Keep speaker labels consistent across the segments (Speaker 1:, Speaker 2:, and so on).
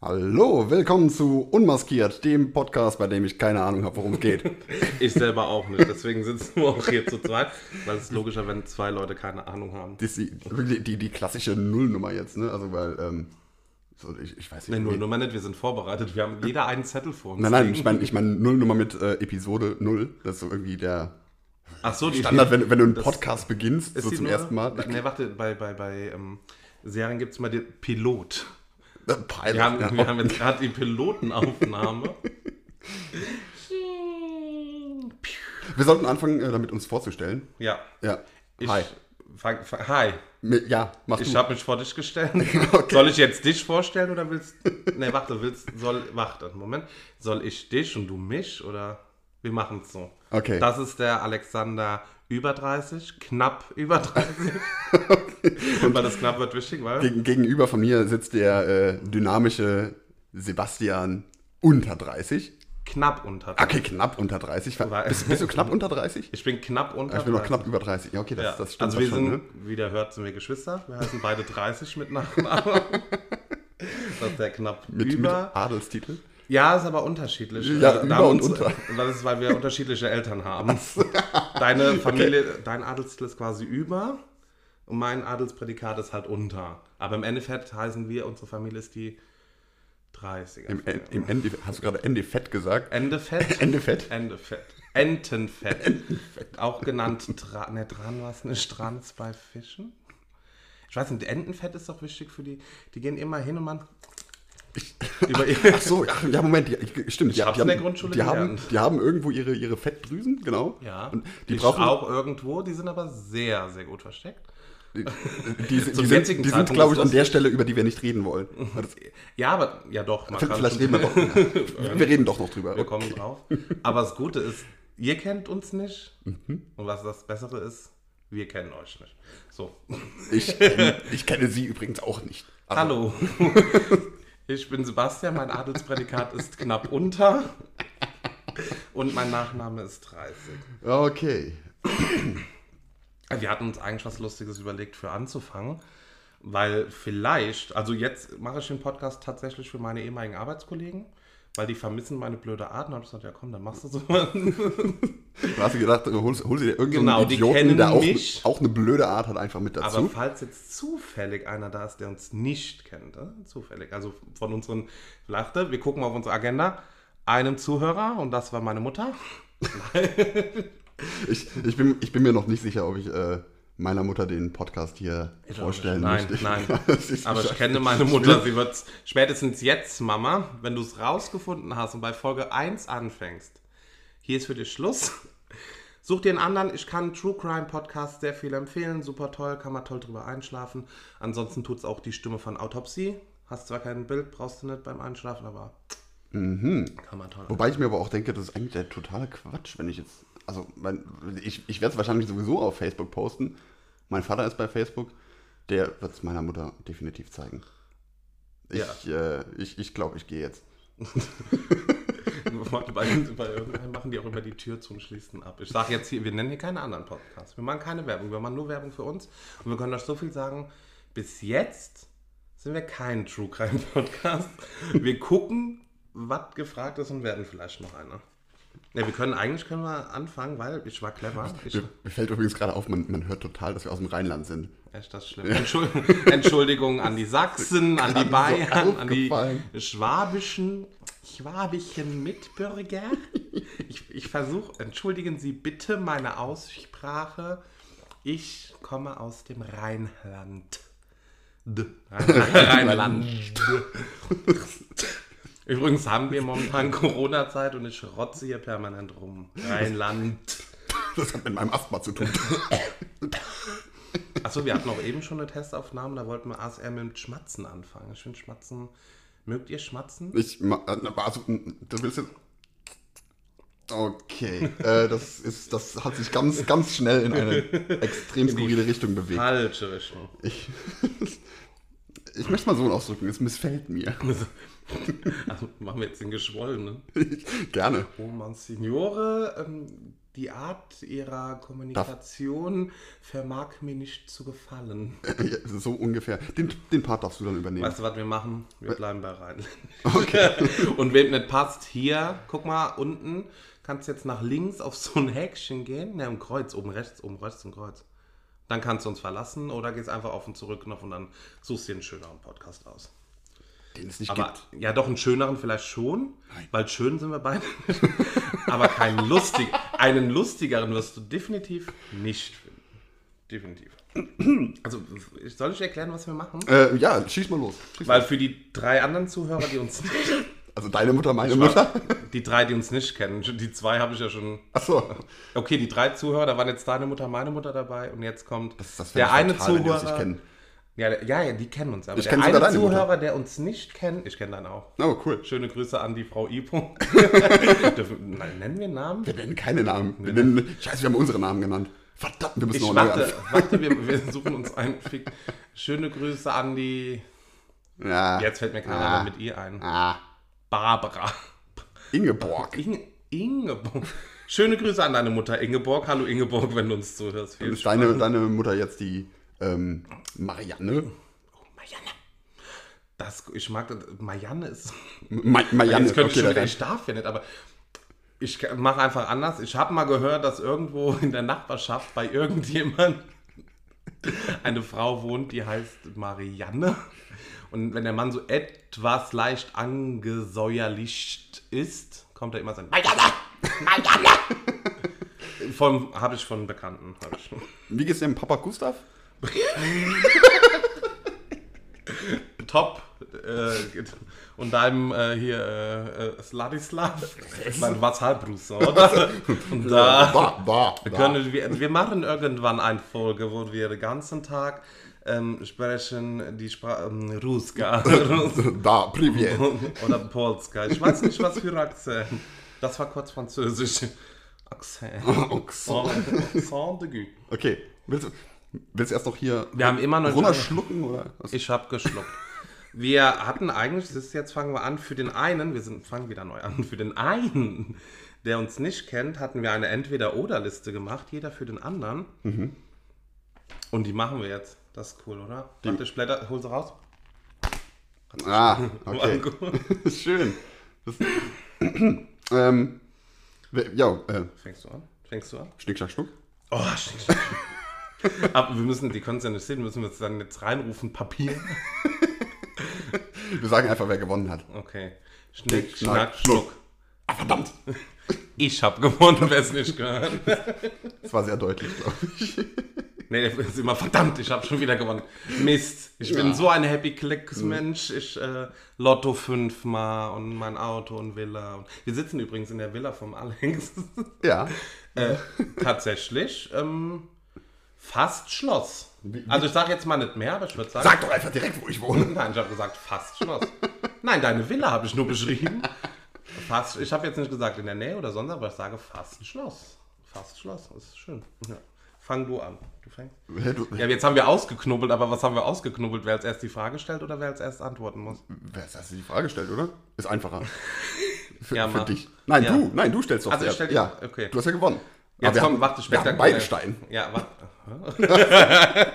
Speaker 1: Hallo, willkommen zu Unmaskiert, dem Podcast, bei dem ich keine Ahnung habe, worum es geht.
Speaker 2: Ich selber auch nicht, deswegen sitzen wir auch hier zu zweit. Weil es ist logischer, wenn zwei Leute keine Ahnung haben.
Speaker 1: Das ist die, die, die, die klassische Nullnummer jetzt, ne? Also, weil, ähm, so, ich, ich weiß nicht.
Speaker 2: Nee, nur,
Speaker 1: wie-
Speaker 2: nur mal nicht, wir sind vorbereitet. Wir haben jeder einen Zettel vor uns.
Speaker 1: Nein, nein,
Speaker 2: liegen.
Speaker 1: ich meine ich mein Nullnummer mit äh, Episode Null. Das ist so irgendwie der
Speaker 2: Ach so, die
Speaker 1: Standard, wenn, wenn du einen
Speaker 2: das-
Speaker 1: Podcast beginnst,
Speaker 2: ist
Speaker 1: so
Speaker 2: die
Speaker 1: zum
Speaker 2: Nummer-
Speaker 1: ersten Mal.
Speaker 2: Nee, warte, bei, bei, bei ähm, Serien gibt es mal den Pilot.
Speaker 1: Äh, Pilot,
Speaker 2: Wir haben,
Speaker 1: ja.
Speaker 2: wir haben jetzt gerade die Pilotenaufnahme.
Speaker 1: Wir sollten anfangen, äh, damit uns vorzustellen.
Speaker 2: Ja.
Speaker 1: Ja.
Speaker 2: Ich,
Speaker 1: Hi.
Speaker 2: Fang, fang, hi.
Speaker 1: Mi- Ja, mach
Speaker 2: Ich
Speaker 1: du.
Speaker 2: habe mich vor dich gestellt. Soll ich jetzt dich vorstellen oder willst Ne, warte, willst soll warte, Moment. Soll ich dich und du mich oder wir machen es so.
Speaker 1: Okay.
Speaker 2: Das ist der Alexander über 30, knapp über 30. und weil das knapp wird wichtig, weil
Speaker 1: Gegen, gegenüber von mir sitzt der äh, dynamische Sebastian unter 30.
Speaker 2: knapp unter 30.
Speaker 1: Okay, knapp unter 30.
Speaker 2: Weil-
Speaker 1: Bist, bist du knapp unter 30?
Speaker 2: Ich bin knapp unter
Speaker 1: Ich bin noch
Speaker 2: 30.
Speaker 1: knapp über 30. Ja, okay, das,
Speaker 2: Ja.
Speaker 1: das stimmt
Speaker 2: also wir
Speaker 1: doch schon.
Speaker 2: sind,
Speaker 1: Ne?
Speaker 2: wie der hört, sind wir Geschwister. Wir heißen beide 30 mit Nachnamen. das ist der knapp
Speaker 1: Mit, mit
Speaker 2: über.
Speaker 1: Adelstitel.
Speaker 2: Ja, ist aber unterschiedlich.
Speaker 1: Ja,
Speaker 2: Äh,
Speaker 1: über
Speaker 2: haben
Speaker 1: und
Speaker 2: uns-
Speaker 1: unter.
Speaker 2: Das ist, weil wir unterschiedliche Eltern haben. Deine Familie, dein Adelstitel ist quasi über und mein Adelsprädikat ist halt unter. Aber im Endeffekt heißen wir, unsere Familie ist die 30er.
Speaker 1: Im, En- im Ende, hast du gerade Ende fett gesagt?
Speaker 2: Endefett?
Speaker 1: Ende fett?
Speaker 2: Endefett. Entenfett. Auch genannt Dra ne, Dran war es nicht. Dran ist bei Fischen. Ich weiß nicht, Entenfett ist doch wichtig für die. Die gehen immer hin und man. Über
Speaker 1: Ach so, ja, ja Moment, ja, ich- stimmt.
Speaker 2: hab's in der Grundschule
Speaker 1: die haben,
Speaker 2: gelernt.
Speaker 1: die haben irgendwo ihre, ihre Fettdrüsen, genau.
Speaker 2: Ja,
Speaker 1: Und die
Speaker 2: die
Speaker 1: brauchen
Speaker 2: auch irgendwo, die sind aber sehr, sehr gut versteckt.
Speaker 1: Die, die, sind-
Speaker 2: Zum
Speaker 1: die sind,
Speaker 2: jetzigen
Speaker 1: die sind
Speaker 2: Zeitpunkt
Speaker 1: glaube
Speaker 2: ist
Speaker 1: ich, an
Speaker 2: das- Mhm.
Speaker 1: der Stelle, über die wir nicht reden wollen. Das,
Speaker 2: Ja, aber ja doch, man kann
Speaker 1: vielleicht
Speaker 2: schon-
Speaker 1: reden wir doch. wir reden doch noch drüber.
Speaker 2: wir kommen drauf. Aber das Gute ist, ihr kennt uns nicht.
Speaker 1: Mhm.
Speaker 2: Und was das Bessere ist, wir kennen euch nicht. So,
Speaker 1: Also- Ich, kenn- ich kenne sie übrigens auch nicht. Also,
Speaker 2: hallo. Ich bin Sebastian, mein Adelsprädikat ist knapp unter. Und mein Nachname ist 30.
Speaker 1: Okay.
Speaker 2: Wir hatten uns eigentlich was Lustiges überlegt für anzufangen, weil vielleicht, also jetzt mache ich den Podcast tatsächlich für meine ehemaligen Arbeitskollegen, weil die vermissen meine blöde Art und habe ich gesagt, ja komm, dann machst du so.
Speaker 1: Du hast dir gedacht, holst, holst du dir irgendeinen
Speaker 2: Genau, die
Speaker 1: Idioten,
Speaker 2: kennen
Speaker 1: der auch,
Speaker 2: mich.
Speaker 1: auch eine blöde Art hat, einfach mit
Speaker 2: Aber
Speaker 1: dazu.
Speaker 2: falls jetzt zufällig einer da ist, der uns nicht kennt, äh, zufällig, also von unseren, lachte, wir gucken auf unsere Agenda, einem Zuhörer und das war meine Mutter.
Speaker 1: Ich, ich, bin, ich bin mir noch nicht sicher, ob ich äh, meiner Mutter den Podcast hier vorstellen
Speaker 2: Nein,
Speaker 1: möchte.
Speaker 2: nein.
Speaker 1: Das ist
Speaker 2: Aber ich
Speaker 1: scheiße.
Speaker 2: kenne meine Mutter, sie wird spätestens jetzt, Mama, wenn du es rausgefunden hast und bei Folge 1 anfängst, hier ist für dich Schluss. Such dir einen anderen. Ich kann True Crime Podcast sehr viel empfehlen. Super toll, kann man toll drüber einschlafen. Ansonsten tut es auch die Stimme von Autopsie. Hast zwar kein Bild, brauchst du nicht beim Einschlafen, aber kann man toll.
Speaker 1: Wobei ich mir aber auch denke, das ist eigentlich der totale Quatsch, wenn ich jetzt. Also, mein, ich, ich werde es wahrscheinlich sowieso auf Facebook posten. Mein Vater ist bei Facebook. Der wird es meiner Mutter definitiv zeigen. Ich äh, ich, ich, glaube, ich gehe jetzt.
Speaker 2: Warte, Bei, bei irgendeinem machen die auch immer die Tür zu und schließen ab. Ich sage jetzt hier, wir nennen hier keine anderen Podcasts. Wir machen keine Werbung, wir machen nur Werbung für uns. Und wir können euch so viel sagen, bis jetzt sind wir kein True Crime Podcast. Wir gucken, was gefragt ist und werden vielleicht noch einer. Ja, wir können, eigentlich können wir anfangen, weil ich war clever. Ich,
Speaker 1: Mir, mir fällt übrigens gerade auf, man, man hört total, dass wir aus dem Rheinland sind.
Speaker 2: echt, das ist schlimm. Entschuldigung, Entschuldigung an die Sachsen, an die
Speaker 1: Gerade so
Speaker 2: Bayern, an die
Speaker 1: aufgefallen.
Speaker 2: schwabischen, schwabischen Mitbürger. Ich, ich versuche, entschuldigen Sie bitte meine Aussprache. Ich komme aus dem Rheinland. D. Rheinland. Übrigens haben wir momentan Corona-Zeit und ich rotze hier permanent rum. Rheinland.
Speaker 1: Das hat mit meinem Asthma zu tun.
Speaker 2: Achso, wir hatten auch eben schon eine Testaufnahme, da wollten wir ASR mit dem Schmatzen anfangen. Ich finde Schmatzen. Mögt ihr Schmatzen?
Speaker 1: Ich ma- äh, also, m- du willst jetzt. Okay, äh, das ist, das hat sich ganz, ganz schnell in eine extrem skurrile Richtung bewegt.
Speaker 2: Falsche Richtung.
Speaker 1: Ich, ich möchte mal so ausdrücken, es missfällt mir.
Speaker 2: Also machen wir jetzt den Geschwollenen.
Speaker 1: Gerne.
Speaker 2: Oh, Monsignore, ähm, Die Art ihrer Kommunikation vermag mir nicht zu gefallen.
Speaker 1: Ja, so ungefähr. Den, den Part darfst du dann übernehmen.
Speaker 2: Weißt du, was wir machen? Wir bleiben bei Rheinland. Und wem nicht passt, hier, guck mal, unten kannst du jetzt nach links auf so ein Häkchen gehen. Ne, im Kreuz, oben rechts, oben rechts, ein Kreuz. Dann kannst du uns verlassen oder gehst einfach auf und zurück noch und dann suchst dir einen schöneren Podcast aus.
Speaker 1: Den es nicht
Speaker 2: Aber
Speaker 1: gibt.
Speaker 2: ja, doch einen schöneren vielleicht schon,
Speaker 1: Nein.
Speaker 2: weil schön sind wir beide. Aber keinen lustig, einen lustigeren wirst du definitiv nicht finden. Definitiv. Also soll ich erklären, was wir machen?
Speaker 1: Äh, ja, schieß mal los. Schieß
Speaker 2: Weil
Speaker 1: mal.
Speaker 2: für die drei anderen Zuhörer, die uns nicht,
Speaker 1: Also deine Mutter, meine Mutter.
Speaker 2: die drei, die uns nicht kennen, die zwei habe ich ja schon.
Speaker 1: Achso.
Speaker 2: Okay, die drei Zuhörer, da waren jetzt deine Mutter, meine Mutter dabei und jetzt kommt
Speaker 1: Das, das fänd
Speaker 2: der
Speaker 1: ich
Speaker 2: eine
Speaker 1: fatal, wenn die uns
Speaker 2: Zuhörer.
Speaker 1: nicht kennen.
Speaker 2: Ja, der- ja, ja, die kennen uns. Aber
Speaker 1: Ich
Speaker 2: der
Speaker 1: kenn sogar
Speaker 2: eine
Speaker 1: deine Mutter.
Speaker 2: Zuhörer, der uns nicht kennt, ich kenne deinen auch.
Speaker 1: Oh, cool.
Speaker 2: Schöne Grüße an die Frau I. Dürfen- Nein, Nennen wir Namen?
Speaker 1: Wir nennen keine Namen. Wir nennen, scheiße, wir haben unsere Namen genannt. Verdammt, wir müssen
Speaker 2: Ich
Speaker 1: neu
Speaker 2: warte, warte wir, wir suchen uns einen. Fick. Schöne Grüße an die.
Speaker 1: anfangen. Ja.
Speaker 2: Jetzt fällt mir kein
Speaker 1: Ah.
Speaker 2: Name mit ihr ein.
Speaker 1: Ah,
Speaker 2: Barbara.
Speaker 1: Ingeborg.
Speaker 2: Inge Ingeborg. Schöne Grüße an deine Mutter Ingeborg. Hallo Ingeborg, wenn du uns zuhörst. Viel
Speaker 1: Ist deine, deine Mutter jetzt die ähm, Marianne?
Speaker 2: Oh, Marianne. Das, ich mag das. Marianne ist.
Speaker 1: Ma Marianne,
Speaker 2: Jetzt könnte ich schon
Speaker 1: da
Speaker 2: wieder,
Speaker 1: rein.
Speaker 2: ich darf ja nicht, aber ich mache einfach anders. Ich habe mal gehört, dass irgendwo in der Nachbarschaft bei irgendjemand eine Frau wohnt, die heißt Marianne. Und wenn der Mann so etwas leicht angesäuerlicht ist, kommt da immer sein Marianne! Marianne! Vom, habe ich von Bekannten. Hab ich.
Speaker 1: Wie geht's dem Papa Gustav?
Speaker 2: Top. Äh, und deinem äh, hier äh, äh, Sladislav. Mein Wasserbrüßer, oder? Und da.
Speaker 1: Bah, bah, bah.
Speaker 2: Ah. Wir Können, wir, wir machen irgendwann eine Folge, wo wir den ganzen Tag ähm, sprechen die Sprache ähm, Ruska Rus-
Speaker 1: Da, Privet.
Speaker 2: oder Polska. Ich weiß nicht, was für Akzent. Das war kurz Französisch. Akzent. Oh,
Speaker 1: Okay.
Speaker 2: Accent de Gue.
Speaker 1: okay. Willst, du- willst du erst noch hier
Speaker 2: Wir haben immer noch-
Speaker 1: runterschlucken? Oder? Was?
Speaker 2: Ich hab geschluckt. Wir hatten eigentlich, das ist, jetzt fangen wir an, für den einen, wir sind, fangen wieder neu an, für den einen, der uns nicht kennt, hatten wir eine Entweder-Oder-Liste gemacht, jeder für den anderen.
Speaker 1: Mhm.
Speaker 2: Und die machen wir jetzt. Das ist cool, oder? Warte, ich blätter, hol sie raus.
Speaker 1: ah, okay.
Speaker 2: Mango.
Speaker 1: Schön. Das, ähm, wer- ja, äh,
Speaker 2: Fängst du an? Fängst du an?
Speaker 1: Schnick, Schnack, Schnuck.
Speaker 2: Oh, stimmt. Aber wir müssen, die können es ja nicht sehen, müssen wir jetzt dann jetzt reinrufen, Papier.
Speaker 1: Wir sagen einfach, wer gewonnen hat.
Speaker 2: Okay. Schnick,
Speaker 1: Schnick, schnack,
Speaker 2: schnack, schluck.
Speaker 1: Ah, verdammt.
Speaker 2: Ich hab gewonnen, wer es nicht gehört.
Speaker 1: Das war sehr deutlich, glaube ich.
Speaker 2: Nee, der ist immer verdammt, ich habe schon wieder gewonnen. Mist, ich bin so ein Happy Clicks Mensch. Ich äh, Lotto fünfmal und mein Auto und Villa. Und wir sitzen übrigens in der Villa vom Alex.
Speaker 1: Ja.
Speaker 2: äh, tatsächlich ähm, fast Schloss.
Speaker 1: Wie- wie-
Speaker 2: Also ich sage jetzt mal nicht mehr, aber ich würde sagen.
Speaker 1: Sag doch einfach direkt, wo ich wohne.
Speaker 2: Nein, ich habe gesagt fast Schloss. Nein, deine Villa habe ich nur beschrieben. Fast, ich habe jetzt nicht gesagt in der Nähe oder sonst, aber ich sage fast Schloss. Fast Schloss, das ist schön. Ja. Fang du an. Du fängst.
Speaker 1: Hä, du-
Speaker 2: Ja, jetzt haben wir ausgeknubbelt, aber was haben wir ausgeknubbelt? Wer als erst die Frage stellt oder wer als erst antworten muss?
Speaker 1: Wer ist das die Frage stellt, oder? Ist einfacher. Für,
Speaker 2: Ja,
Speaker 1: für
Speaker 2: mach.
Speaker 1: dich. Nein,
Speaker 2: Ja.
Speaker 1: du. Nein, du stellst doch
Speaker 2: Also ich
Speaker 1: zuerst.
Speaker 2: stell-
Speaker 1: ja.
Speaker 2: okay.
Speaker 1: Du hast ja gewonnen. Aber
Speaker 2: Jetzt
Speaker 1: wir
Speaker 2: kommt,
Speaker 1: haben-
Speaker 2: warte,
Speaker 1: Wir haben
Speaker 2: spektakulär.
Speaker 1: beide Stein.
Speaker 2: Ja, warte.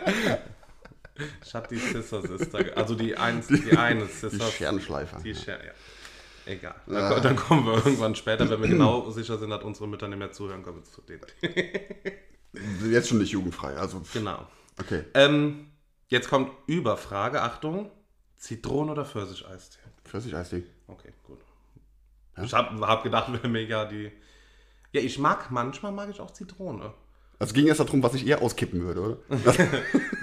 Speaker 2: Ich hab die Sister Sister, ge- also die, eins, die eine
Speaker 1: Die
Speaker 2: Sister.
Speaker 1: Scherenschleifer.
Speaker 2: Die Scher, ja. Egal.
Speaker 1: Ah.
Speaker 2: Dann, ko- dann kommen wir irgendwann später, wenn wir genau sicher sind, dass unsere Mütter nicht mehr zuhören, kommen wir zu den Themen.
Speaker 1: Sind jetzt schon nicht jugendfrei. Also,
Speaker 2: Genau.
Speaker 1: okay.
Speaker 2: Ähm, jetzt kommt Überfrage, Achtung. Zitronen- oder Pfirsicheistee?
Speaker 1: Pfirsicheistee.
Speaker 2: Okay, gut.
Speaker 1: Ja?
Speaker 2: Ich hab, hab gedacht, wäre mega die... Ja, ich mag, manchmal mag ich auch Zitrone.
Speaker 1: Also ging erst darum, was ich eher auskippen würde, oder?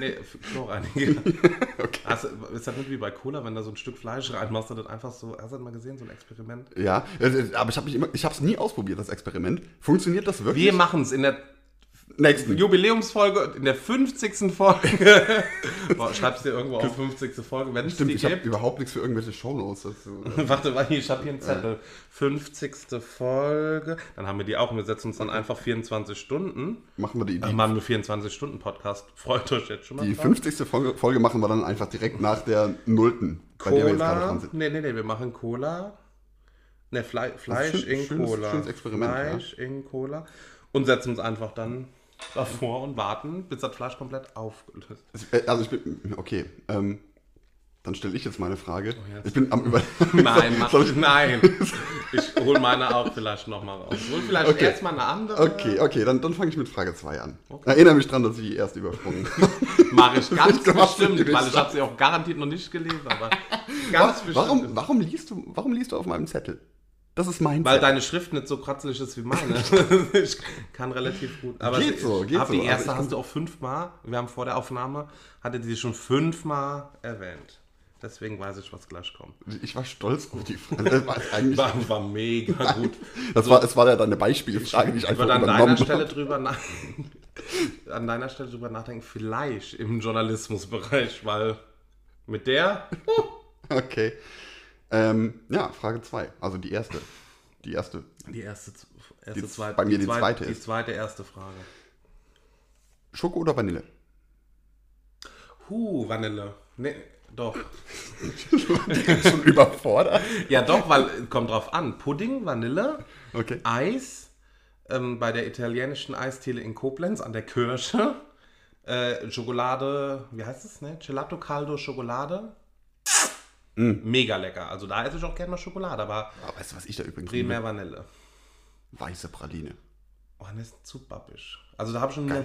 Speaker 2: Nee, für Chlorreiniger.
Speaker 1: Okay.
Speaker 2: Hast, du- ist das nicht wie bei Cola, wenn da so ein Stück Fleisch reinmachst und das einfach so... Hast du das mal gesehen, so ein Experiment?
Speaker 1: Ja. Also, Aber ich habe mich immer, ich habe es nie ausprobiert, das Experiment. Funktioniert das wirklich?
Speaker 2: Wir machen es in der
Speaker 1: Nächsten.
Speaker 2: Jubiläumsfolge, in der 50. Folge. Boah, schreib's dir irgendwo auf, 50. Folge, wenn es
Speaker 1: Stimmt,
Speaker 2: die
Speaker 1: ich habe
Speaker 2: gibt.
Speaker 1: überhaupt nichts für irgendwelche Shownotes. äh, dazu.
Speaker 2: Warte mal, hier, ich hab hier einen Zettel. 50. Folge. Dann haben wir die auch und wir setzen uns dann einfach 24 Stunden.
Speaker 1: Machen wir die,
Speaker 2: Dann
Speaker 1: die,
Speaker 2: machen wir 24-Stunden-Podcast. Freut euch jetzt schon mal.
Speaker 1: die
Speaker 2: drauf.
Speaker 1: 50. Folge, Folge machen wir dann einfach direkt nach der Nullten, bei der wir jetzt gerade
Speaker 2: Cola.
Speaker 1: dran sind.
Speaker 2: Nee, nee, nee, wir machen Cola. Ne, Fle Fleisch
Speaker 1: schön-
Speaker 2: in
Speaker 1: schönes-
Speaker 2: Cola.
Speaker 1: schönes Experiment,
Speaker 2: Fleisch in Cola. Und setzen uns einfach dann davor und warten, bis das Fleisch komplett aufgelöst ist.
Speaker 1: Es- äh, Also ich bin, okay, ähm, dann stelle ich jetzt meine Frage.
Speaker 2: Oh, ja.
Speaker 1: Ich bin am über.
Speaker 2: Nein, mach,
Speaker 1: Soll ich-
Speaker 2: nein. Ich hole meine auch vielleicht nochmal raus. Hol vielleicht
Speaker 1: Okay.
Speaker 2: erstmal eine andere.
Speaker 1: Okay, okay, dann, dann fange ich mit Frage 2 an. Erinnere mich dran, dass ich die erste übersprungen habe.
Speaker 2: Mache ich ganz
Speaker 1: Ich glaub,
Speaker 2: bestimmt,
Speaker 1: du
Speaker 2: weil ich
Speaker 1: bist-
Speaker 2: habe sie auch garantiert noch nicht gelesen, aber ganz bestimmt.
Speaker 1: Warum, warum, liest du, warum liest du auf meinem Zettel? Das ist mein
Speaker 2: Weil
Speaker 1: Zettel.
Speaker 2: deine Schrift nicht so kratzelig ist wie meine. ich kann relativ gut. Aber
Speaker 1: Geht
Speaker 2: sie-
Speaker 1: so, geht
Speaker 2: aber
Speaker 1: so.
Speaker 2: Die
Speaker 1: Aber
Speaker 2: erste
Speaker 1: ich
Speaker 2: hast du auch fünfmal, wir haben vor der Aufnahme, hatte die schon fünfmal erwähnt. Deswegen weiß ich, was gleich kommt.
Speaker 1: Ich war stolz auf die Frage. Das war, eigentlich,
Speaker 2: War, war mega gut.
Speaker 1: das war, es war ja deine Beispielfrage, die ich
Speaker 2: Ich
Speaker 1: einfach
Speaker 2: würde an deiner
Speaker 1: übernommen
Speaker 2: Stelle
Speaker 1: habe.
Speaker 2: drüber nach an deiner Stelle drüber nachdenken, vielleicht im Journalismusbereich, weil mit der
Speaker 1: Okay. Ähm, ja, Frage 2. Also die erste. Die erste.
Speaker 2: die erste, erste
Speaker 1: Die-
Speaker 2: zweite,
Speaker 1: bei mir die zweite
Speaker 2: die
Speaker 1: ist.
Speaker 2: zweite erste Frage.
Speaker 1: Schoko oder Vanille?
Speaker 2: Huh, Vanille. Nee, doch.
Speaker 1: Schon überfordert.
Speaker 2: Ja, doch, weil kommt drauf an. Pudding, Vanille,
Speaker 1: Okay.
Speaker 2: Eis ähm, bei der italienischen Eisdiele in Koblenz an der Kirche. Äh, Schokolade, wie heißt es, ne? Gelato Caldo Schokolade.
Speaker 1: Mm.
Speaker 2: Mega lecker. Also da esse ich auch gerne mal Schokolade, aber
Speaker 1: Aber weißt du, was ich da übrigens liebe?
Speaker 2: primär Vanille.
Speaker 1: Weiße Praline.
Speaker 2: Oh, das ist zu babbisch. Also da habe ich schon eine,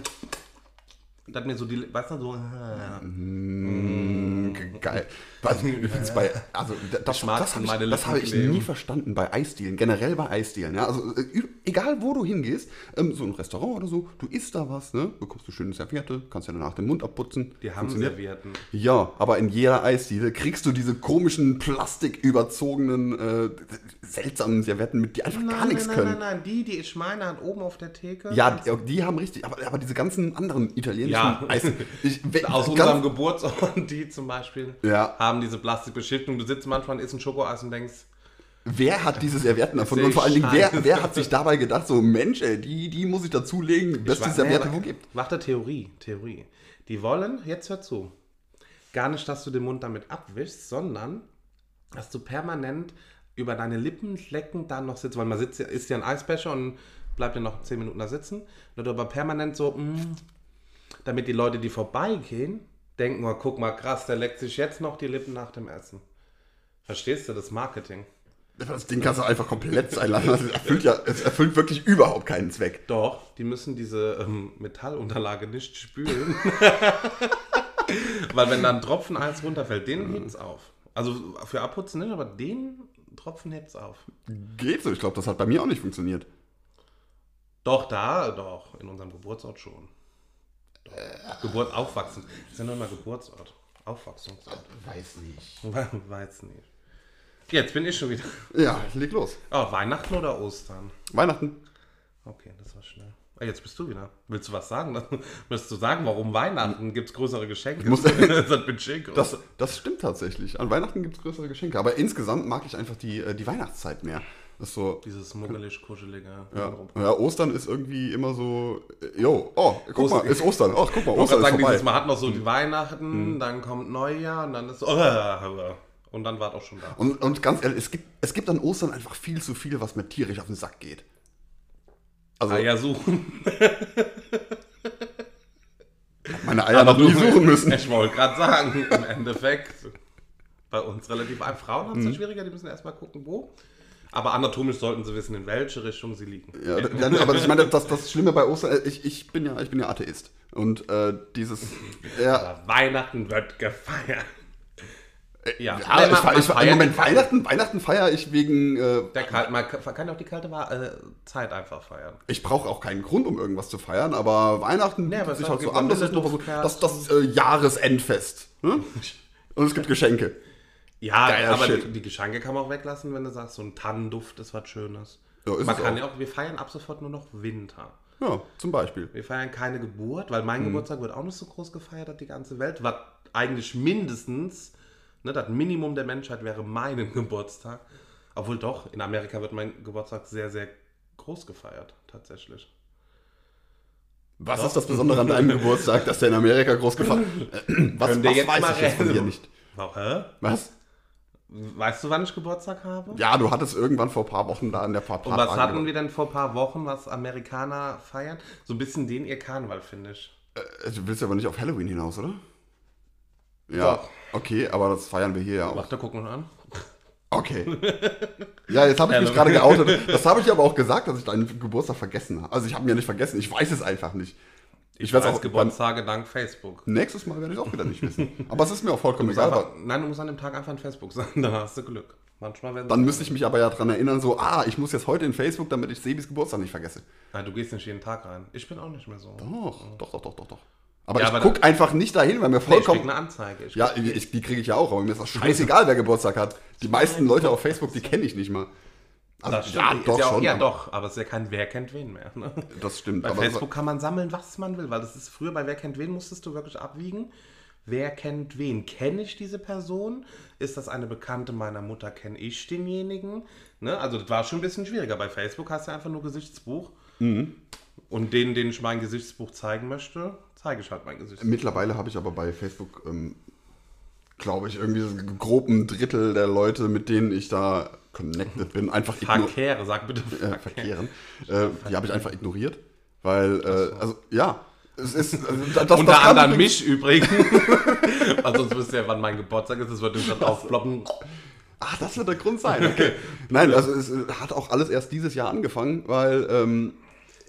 Speaker 2: da hat mir so die, weißt du, so äh,
Speaker 1: Ge- Hm, Geil. Was, übrigens bei, also da- das,
Speaker 2: Schmerzen
Speaker 1: das habe
Speaker 2: meine
Speaker 1: ich, das
Speaker 2: Lippen
Speaker 1: habe ich
Speaker 2: kleben.
Speaker 1: nie verstanden bei Eisdielen, generell bei Eisdielen. Ja? Also äh, ü- egal wo du hingehst, ähm, so ein Restaurant oder so, du isst da was, ne? bekommst du schöne Serviette, kannst ja danach den Mund abputzen.
Speaker 2: die haben
Speaker 1: Funktioniert.
Speaker 2: Servietten.
Speaker 1: Ja, aber in jeder Eisdiele kriegst du diese komischen, plastiküberzogenen, äh, seltsamen Servietten, mit die einfach gar nichts
Speaker 2: nein,
Speaker 1: können.
Speaker 2: Nein, nein, die, die ich meine, hat oben auf der Theke.
Speaker 1: Ja, die, die haben richtig, aber, aber diese ganzen anderen italienischen
Speaker 2: Ja.
Speaker 1: Eis. Ich,
Speaker 2: aus
Speaker 1: ganz-
Speaker 2: unserem Geburtsort, die zum Beispiel,
Speaker 1: Ja.
Speaker 2: haben diese Plastikbeschichtung. Du sitzt manchmal und isst ein Schokoeis und denkst,
Speaker 1: Wer hat dieses Servietten erfunden?
Speaker 2: Sehr
Speaker 1: Und vor allen Dingen, wer,
Speaker 2: scheiße.
Speaker 1: wer hat sich dabei gedacht, so Mensch, ey, die, die muss ich dazulegen, beste
Speaker 2: wa-
Speaker 1: Serviette,
Speaker 2: nee,
Speaker 1: wo
Speaker 2: wa-
Speaker 1: gibt.
Speaker 2: Warte, Theorie, Theorie. Die wollen, jetzt hör zu, gar nicht, dass du den Mund damit abwischst, sondern dass du permanent über deine Lippen lecken da noch sitzt, weil man sitzt, ja- isst ja ein Eisbecher und bleibt ja noch 10 Minuten da sitzen. Und du aber permanent so, mm, damit die Leute, die vorbeigehen, denken, oh, guck mal, krass, der leckt sich jetzt noch die Lippen nach dem Essen. Verstehst du das Marketing?
Speaker 1: Das Ding kannst du einfach komplett sein lassen. Das erfüllt ja, es erfüllt wirklich überhaupt keinen Zweck.
Speaker 2: Doch, die müssen diese ähm, Metallunterlage nicht spülen. Weil wenn da ein Tropfen Eis runterfällt, den hebt's auf. Also für Abputzen nicht, aber den Tropfen hebt's auf.
Speaker 1: Geht so, ich glaube, das hat bei mir auch nicht funktioniert.
Speaker 2: Doch, da, doch, in unserem Geburtsort schon. Doch. Geburt aufwachsen. Das ist ja nur mal Geburtsort. Aufwachsungsort.
Speaker 1: Weiß nicht.
Speaker 2: Weiß nicht. Jetzt bin ich schon wieder.
Speaker 1: Ja, leg los.
Speaker 2: Oh, Weihnachten oder Ostern?
Speaker 1: Weihnachten.
Speaker 2: Okay, das war schnell. Ah, jetzt bist du wieder. Willst du was sagen? Willst du sagen, warum Weihnachten? Gibt es größere Geschenke?
Speaker 1: muss-
Speaker 2: das hat Budget größer.
Speaker 1: Das, das stimmt tatsächlich. An Weihnachten gibt es größere Geschenke. Aber insgesamt mag ich einfach die, äh, die Weihnachtszeit mehr. Das ist so.
Speaker 2: Dieses muggelig-kuschelige.
Speaker 1: Ja, ja, Ostern ist irgendwie immer so. äh, Jo, oh, guck
Speaker 2: Ostern.
Speaker 1: mal, ist Ostern. Oh, guck mal,
Speaker 2: Ich wollte
Speaker 1: Ostern ist
Speaker 2: gerade sagen,
Speaker 1: vorbei. Mhm.
Speaker 2: dieses Mal hat noch so die Weihnachten, dann kommt Neujahr und dann ist. und dann war es auch schon da.
Speaker 1: Und, und ganz ehrlich, es gibt, es gibt an Ostern einfach viel zu viel, was mir tierisch auf den Sack geht. Also
Speaker 2: Eier Ah, suchen.
Speaker 1: meine Eier noch nie suchen müssen.
Speaker 2: Ich wollte gerade sagen, im Endeffekt. Bei uns relativ einfach. Frauen haben es
Speaker 1: Mhm.
Speaker 2: ja schwieriger, die müssen erstmal gucken, wo. Aber anatomisch sollten sie wissen, in welche Richtung sie liegen.
Speaker 1: Ja, dann, aber ich meine, das, das Schlimme bei Ostern, äh, ich, ich, bin, ja, ich bin ja Atheist. Und äh, dieses. Ja,
Speaker 2: Aber Weihnachten wird gefeiert. Ja,
Speaker 1: ja, ich,
Speaker 2: Nee, man-
Speaker 1: fe-
Speaker 2: man
Speaker 1: ich, fe-
Speaker 2: feiert
Speaker 1: Moment,
Speaker 2: die kalte-
Speaker 1: Weihnachten, Weihnachten feiere ich wegen. Äh,
Speaker 2: Der kalt, man kann kann ja auch die kalte Wa- äh, Zeit einfach feiern.
Speaker 1: ich brauche auch keinen Grund, um irgendwas zu feiern, aber Weihnachten
Speaker 2: Nee,
Speaker 1: bietet
Speaker 2: aber es
Speaker 1: sich
Speaker 2: hat-
Speaker 1: halt so
Speaker 2: gibt
Speaker 1: an, das ist
Speaker 2: Vanille,
Speaker 1: nochmal so das,
Speaker 2: Duftkerzen.
Speaker 1: das äh, Jahresendfest. Ne? Und es gibt Geschenke.
Speaker 2: Ja,
Speaker 1: Geiler
Speaker 2: aber
Speaker 1: Shit.
Speaker 2: die, die Geschenke kann man auch weglassen, wenn du sagst, so ein Tannenduft ist was Schönes.
Speaker 1: Ja, ist
Speaker 2: man
Speaker 1: es
Speaker 2: kann
Speaker 1: auch.
Speaker 2: ja auch, wir feiern ab sofort nur noch Winter.
Speaker 1: Ja, zum Beispiel.
Speaker 2: Wir feiern keine Geburt, weil
Speaker 1: Hm.
Speaker 2: mein Geburtstag wird auch nicht so groß gefeiert, hat die ganze Welt. Was eigentlich mindestens, ne, das Minimum der Menschheit wäre meinen Geburtstag. Obwohl doch, in Amerika wird mein Geburtstag sehr, sehr groß gefeiert, tatsächlich.
Speaker 1: Was ist das Besondere an deinem Geburtstag, dass der in Amerika groß gefeiert Was,
Speaker 2: Können wir
Speaker 1: was
Speaker 2: jetzt
Speaker 1: weiß
Speaker 2: mal
Speaker 1: ich jetzt von dir
Speaker 2: reden?
Speaker 1: nicht?
Speaker 2: Warum? Hä?
Speaker 1: Was?
Speaker 2: Weißt du, wann ich Geburtstag habe?
Speaker 1: Ja, du hattest irgendwann vor ein paar Wochen da in der Papa.
Speaker 2: Und was hatten wir denn vor ein paar Wochen, was Amerikaner feiern? So ein bisschen den ihr Karneval, finde ich.
Speaker 1: Du willst aber nicht auf Halloween hinaus, oder? Ja.
Speaker 2: Doch.
Speaker 1: Okay, aber das feiern wir hier ja auch.
Speaker 2: Warte, guck mal an.
Speaker 1: Okay. Ja, jetzt habe ich mich gerade
Speaker 2: Halloween.
Speaker 1: geoutet. Das habe ich aber auch gesagt, dass ich deinen Geburtstag vergessen habe. Also ich habe mir nicht vergessen, ich weiß es einfach nicht. Ich werde es
Speaker 2: Als
Speaker 1: auch beim
Speaker 2: Geburtstage dank Facebook.
Speaker 1: nächstes Mal werde ich es auch wieder nicht wissen. Aber es ist mir auch vollkommen
Speaker 2: Du
Speaker 1: egal.
Speaker 2: musst
Speaker 1: Weil,
Speaker 2: einfach, nein, du musst an dem Tag einfach in Facebook sein, dann hast du Glück. Manchmal werden
Speaker 1: dann müsste ich mich aber ja dran erinnern, so, ah, ich muss jetzt heute in Facebook, damit ich Sebis Geburtstag nicht vergesse.
Speaker 2: Ah, du gehst nicht jeden Tag rein. Ich bin auch nicht mehr so.
Speaker 1: Doch, doch, doch, doch, doch, doch. Aber
Speaker 2: Ja,
Speaker 1: ich
Speaker 2: aber
Speaker 1: gucke einfach nicht dahin, weil mir
Speaker 2: Nee, ich krieg
Speaker 1: vollkommen.
Speaker 2: eine Anzeige. Ich
Speaker 1: ja, ich, die kriege ich ja auch, aber mir ist das scheißegal, wer Geburtstag hat. Die meisten Leute auf Facebook, die kenne ich nicht mal. Also,
Speaker 2: das stimmt. ist ja, auch, ja,
Speaker 1: aber-
Speaker 2: doch, aber es ist ja kein Wer kennt wen mehr. Ne?
Speaker 1: Das stimmt.
Speaker 2: Bei
Speaker 1: aber das-
Speaker 2: Facebook kann man sammeln, was man will, weil das ist früher bei Wer kennt wen musstest du wirklich abwiegen. Wer kennt wen? Kenne ich diese Person? Ist das eine Bekannte meiner Mutter? Kenne ich denjenigen? Ne? Also das war schon ein bisschen schwieriger. Bei Facebook hast du einfach nur Gesichtsbuch.
Speaker 1: Mhm.
Speaker 2: Und denen, denen ich mein Gesichtsbuch zeigen möchte, zeige ich halt mein Gesichtsbuch.
Speaker 1: Mittlerweile habe ich aber bei Facebook, ähm, glaube ich, irgendwie so grob ein Drittel der Leute, mit denen ich da connected bin, einfach ignoriert.
Speaker 2: Verkehre, sag bitte
Speaker 1: Äh, verkehren. Äh, die habe ich einfach ignoriert, weil, äh, also ja, es ist. Also, das- das
Speaker 2: Unter
Speaker 1: kann
Speaker 2: anderem
Speaker 1: ich-
Speaker 2: mich übrigens. Weil sonst wisst ihr ja, wann mein Geburtstag ist. Das wird dann aufploppen.
Speaker 1: Ach, das wird der Grund sein. Okay. Nein, also es äh, hat auch alles erst dieses Jahr angefangen, weil ähm,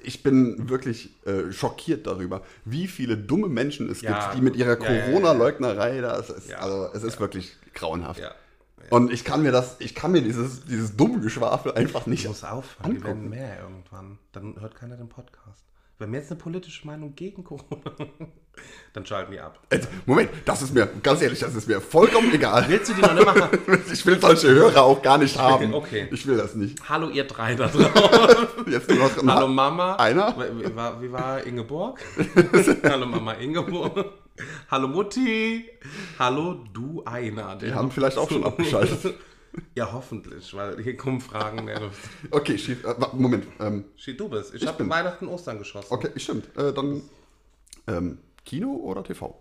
Speaker 1: ich bin wirklich äh, schockiert darüber, wie viele dumme Menschen es
Speaker 2: Ja,
Speaker 1: gibt, die mit ihrer
Speaker 2: gut. Ja, ja, ja, ja.
Speaker 1: Corona-Leugnerei da. Es ist,
Speaker 2: Ja.
Speaker 1: also es ist wirklich grauenhaft.
Speaker 2: Ja.
Speaker 1: Und ich kann mir das, ich kann mir dieses, dieses dumme Geschwafel einfach nicht
Speaker 2: Ich muss aufhören. Wir werden
Speaker 1: angucken.
Speaker 2: mehr irgendwann. Dann hört keiner den Podcast. Wenn mir jetzt eine politische Meinung gegen Corona, dann schalten die ab.
Speaker 1: Jetzt, also, Moment, das ist mir, ganz ehrlich, das ist mir vollkommen egal.
Speaker 2: Willst du die noch nicht machen?
Speaker 1: Ich will solche Hörer auch gar nicht haben.
Speaker 2: Okay.
Speaker 1: Ich will das nicht.
Speaker 2: Hallo ihr drei da draußen.
Speaker 1: Jetzt nur noch
Speaker 2: Hallo Mama.
Speaker 1: Einer?
Speaker 2: Wie wie war, wie war Ingeborg? Hallo Mama Ingeborg. Hallo Mutti. Hallo du einer.
Speaker 1: Die haben vielleicht auch schon abgeschaltet.
Speaker 2: Ja, hoffentlich, weil hier kommen Fragen mehr.
Speaker 1: Okay, schief, äh, wa- Moment. Ähm,
Speaker 2: Shit, Du bist. Ich,
Speaker 1: Ich
Speaker 2: habe
Speaker 1: bin-
Speaker 2: Weihnachten Ostern geschossen.
Speaker 1: Okay, stimmt. Äh, dann ähm, Kino oder TV?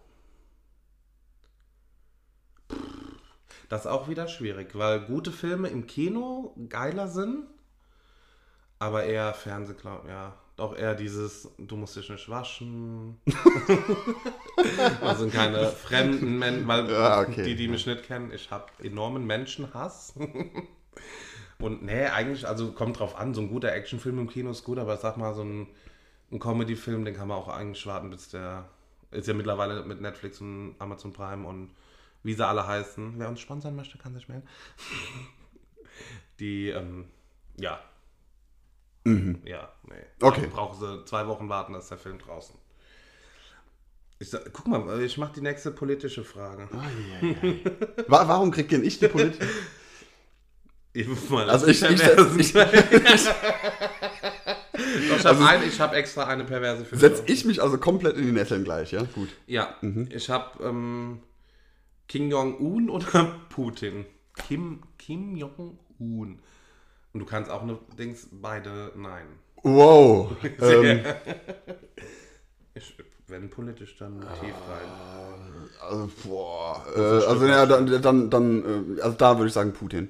Speaker 2: Das ist auch wieder schwierig, weil gute Filme im Kino geiler sind, aber eher Fernseh, glaub, ja. Auch eher dieses, du musst dich nicht waschen. also keine fremden Menschen, weil
Speaker 1: Ja, okay.
Speaker 2: die, die mich nicht kennen, ich habe enormen Menschenhass. Und nee, eigentlich, also kommt drauf an, so ein guter Actionfilm im Kino ist gut, aber ich sag mal, so ein, ein Comedy-Film, den kann man auch eigentlich warten, bis der. Ist ja mittlerweile mit Netflix und Amazon Prime und wie sie alle heißen. Wer uns sponsern möchte, kann sich melden. Die, ähm, ja. Ja, nee.
Speaker 1: Mhm. Okay.
Speaker 2: Dann Brauchen sie zwei Wochen warten, dass der Film draußen. Ich sag, guck mal, ich mach die nächste politische Frage.
Speaker 1: Wa warum kriegt denn ich die Politik?
Speaker 2: Ich, mal,
Speaker 1: Also ich, ich, ich,
Speaker 2: ich habe
Speaker 1: also-
Speaker 2: hab extra eine perverse für
Speaker 1: setze ich mich also komplett in die Nesseln gleich, ja? Gut.
Speaker 2: Ja,
Speaker 1: Mhm.
Speaker 2: ich habe ähm, Kim Jong-un oder Putin? Kim, Kim Jong-un. Und du kannst auch eine Dings, beide nein.
Speaker 1: Wow. Ähm,
Speaker 2: Ich, wenn politisch, dann tief rein.
Speaker 1: also, boah. Äh, also, ja, dann, dann, dann, äh, also da würde ich sagen Putin.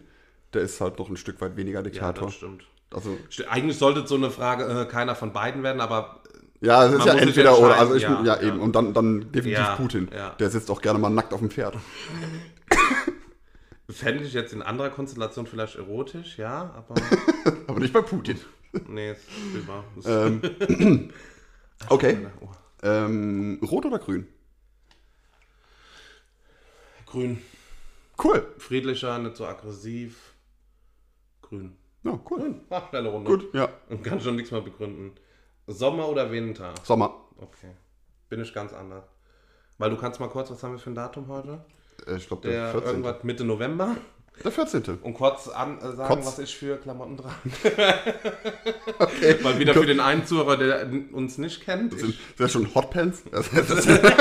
Speaker 1: Der ist halt noch ein Stück weit weniger
Speaker 2: Ja,
Speaker 1: Diktator.
Speaker 2: das stimmt.
Speaker 1: also,
Speaker 2: St- Eigentlich sollte so eine Frage äh, keiner von beiden werden, aber
Speaker 1: ja, es ist
Speaker 2: Man
Speaker 1: ja
Speaker 2: muss sich
Speaker 1: entweder oder.
Speaker 2: entscheiden,
Speaker 1: Also ich, ja,
Speaker 2: ja, ja.
Speaker 1: eben. Und dann, dann definitiv
Speaker 2: Ja,
Speaker 1: Putin.
Speaker 2: ja.
Speaker 1: Der sitzt auch gerne mal nackt auf dem Pferd.
Speaker 2: fände ich jetzt in anderer Konstellation vielleicht erotisch, ja, aber
Speaker 1: Aber nicht bei Putin.
Speaker 2: nee, ist drüber. Ist-
Speaker 1: Ähm, okay.
Speaker 2: Oh.
Speaker 1: Ähm, rot oder grün?
Speaker 2: Grün.
Speaker 1: Cool.
Speaker 2: Friedlicher, nicht so aggressiv. Grün.
Speaker 1: Ja, cool.
Speaker 2: Ach, schnelle Runde.
Speaker 1: Gut, ja.
Speaker 2: Und kann schon nichts mehr begründen. Sommer oder Winter?
Speaker 1: Sommer.
Speaker 2: Okay. Bin ich ganz anders. Weil du kannst mal kurz, was haben wir für ein Datum heute?
Speaker 1: Äh, Ich glaube, der,
Speaker 2: Der
Speaker 1: 14.
Speaker 2: irgendwas Mitte November.
Speaker 1: Der 14.
Speaker 2: Und kurz an, äh, sagen,
Speaker 1: Kurz.
Speaker 2: was ich für Klamotten trage. Mal wieder für den einen Zuhörer, der uns nicht kennt.
Speaker 1: Sind
Speaker 2: Ich,
Speaker 1: sind das schon Hotpants? Das- das- das-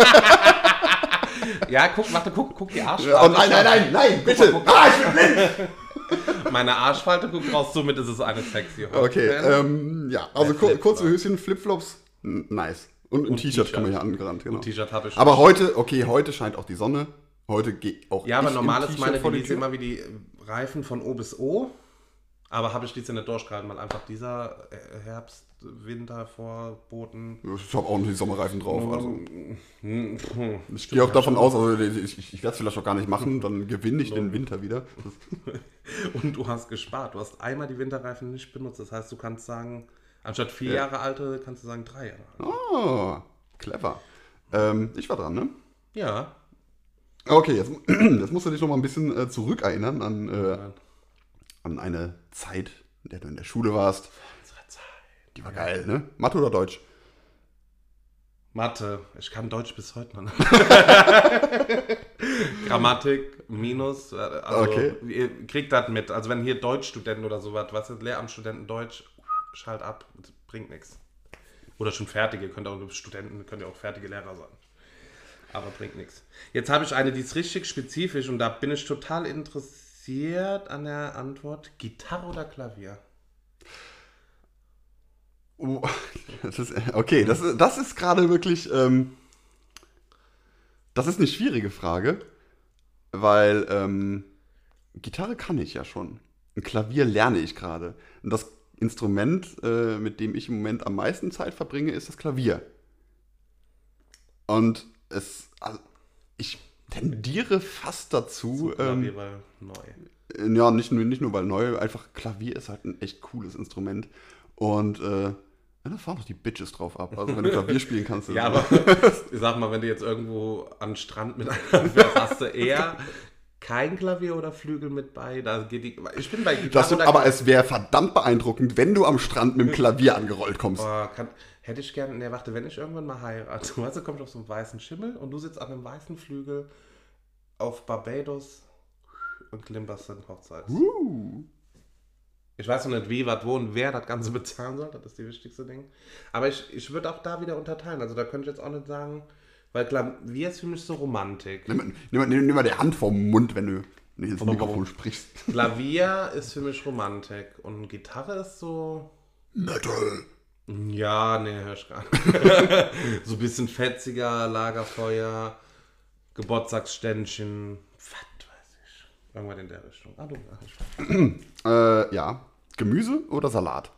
Speaker 2: ja, guck, warte, guck, guck die Arschfalte.
Speaker 1: oh nein, nein, nein, nein, bitte!
Speaker 2: guck
Speaker 1: Ah, ich bin blind!
Speaker 2: Meine Arschfalte guckt raus, somit ist es eine sexy heute.
Speaker 1: Okay, ähm, ja, also
Speaker 2: Der
Speaker 1: kur
Speaker 2: Flipflop.
Speaker 1: kurze Höschen, Flipflops, n- nice. Und ein T-Shirt kann man hier angerannt, genau.
Speaker 2: T-Shirt habe ich.
Speaker 1: Aber heute, okay, heute scheint auch die Sonne Heute gehe auch
Speaker 2: Ja, aber
Speaker 1: ich im
Speaker 2: normal ist
Speaker 1: T-Shirt
Speaker 2: meine
Speaker 1: vor die
Speaker 2: Devise
Speaker 1: Tür.
Speaker 2: immer wie die Reifen von O bis O. Aber habe ich diese nicht durchgehalten, weil einfach dieser äh, Herbst, Winter vorboten.
Speaker 1: Ich habe auch noch die Sommerreifen drauf. Also.
Speaker 2: Hm, hm.
Speaker 1: Ich gehe auch davon aus, also ich, ich, ich werde es vielleicht auch gar nicht machen, dann gewinne ich den Winter wieder. Das,
Speaker 2: Und du hast gespart. Du hast einmal die Winterreifen nicht benutzt. Das heißt, du kannst sagen, anstatt vier
Speaker 1: Ja.
Speaker 2: Jahre alte, kannst du sagen drei Jahre alte.
Speaker 1: oh, clever. Ähm, ich war dran, ne?
Speaker 2: Ja.
Speaker 1: Okay, jetzt, jetzt musst du dich noch mal ein bisschen äh, zurückerinnern an, äh, an eine Zeit, in der du in der Schule warst.
Speaker 2: Unsere Zeit.
Speaker 1: Die war geil, ne? Mathe oder Deutsch?
Speaker 2: Mathe. Ich kann Deutsch bis heute noch. Grammatik, Minus. äh, Also,
Speaker 1: Okay.
Speaker 2: Ihr kriegt das mit. Also wenn hier Deutschstudenten oder sowas, was ist Lehramtsstudenten Deutsch, schalt ab, das bringt nichts. Oder schon fertige, könnt auch Studenten, könnt ihr auch fertige Lehrer sein. Aber bringt nichts. Jetzt habe ich eine, die ist richtig spezifisch und da bin ich total interessiert an der Antwort. Gitarre oder Klavier?
Speaker 1: Oh, das ist, okay, das, ist- das ist gerade wirklich. Ähm, das ist eine schwierige Frage, weil ähm, Gitarre kann ich ja schon. Ein Klavier lerne ich gerade. Und das Instrument, äh, mit dem ich im Moment am meisten Zeit verbringe, ist das Klavier. Und es. Also, ich tendiere fast dazu.
Speaker 2: Klavier
Speaker 1: ähm,
Speaker 2: war neu.
Speaker 1: Äh, ja, nicht nur, nicht nur weil neu, einfach Klavier ist halt ein echt cooles Instrument. Und äh, ja, da fahren doch die Bitches drauf ab. Also wenn du Klavier spielen kannst,
Speaker 2: Ja, aber ich sag mal, wenn du jetzt irgendwo an den Strand mit einer fährst, hast du eher kein Klavier oder Flügel mit bei. Da geht die, ich bin bei Gitarre
Speaker 1: das stimmt,
Speaker 2: oder
Speaker 1: aber es wäre verdammt beeindruckend, wenn du am Strand mit dem Klavier angerollt kommst.
Speaker 2: Boah, kann, hätte ich gerne, ne, warte, wenn ich irgendwann mal heirate, weißt du, kommst auf so einen weißen Schimmel und du sitzt an einem weißen Flügel auf Barbados und klimperst dann Hochzeit.
Speaker 1: Uh,
Speaker 2: Ich weiß noch nicht, wie, was, wo und wer das Ganze bezahlen soll. Das ist die wichtigste Ding. Aber ich, ich würde auch da wieder unterteilen. Also da könnte ich jetzt auch nicht sagen, weil Klavier ist für mich so Romantik.
Speaker 1: nimm, mal- nimm, mal- nimm, nimm mal die Hand vom Mund, wenn du nicht ins Mikrofon sprichst.
Speaker 2: Klavier ist für mich Romantik und Gitarre ist so.
Speaker 1: Metal.
Speaker 2: Ja, nee, hör ich gar nicht. so ein bisschen fetziger, Lagerfeuer, Geburtstagsständchen, was weiß ich. Irgendwann in der Richtung. Ah, du, ach, ich weiß.
Speaker 1: Äh, ja. Gemüse oder Salat?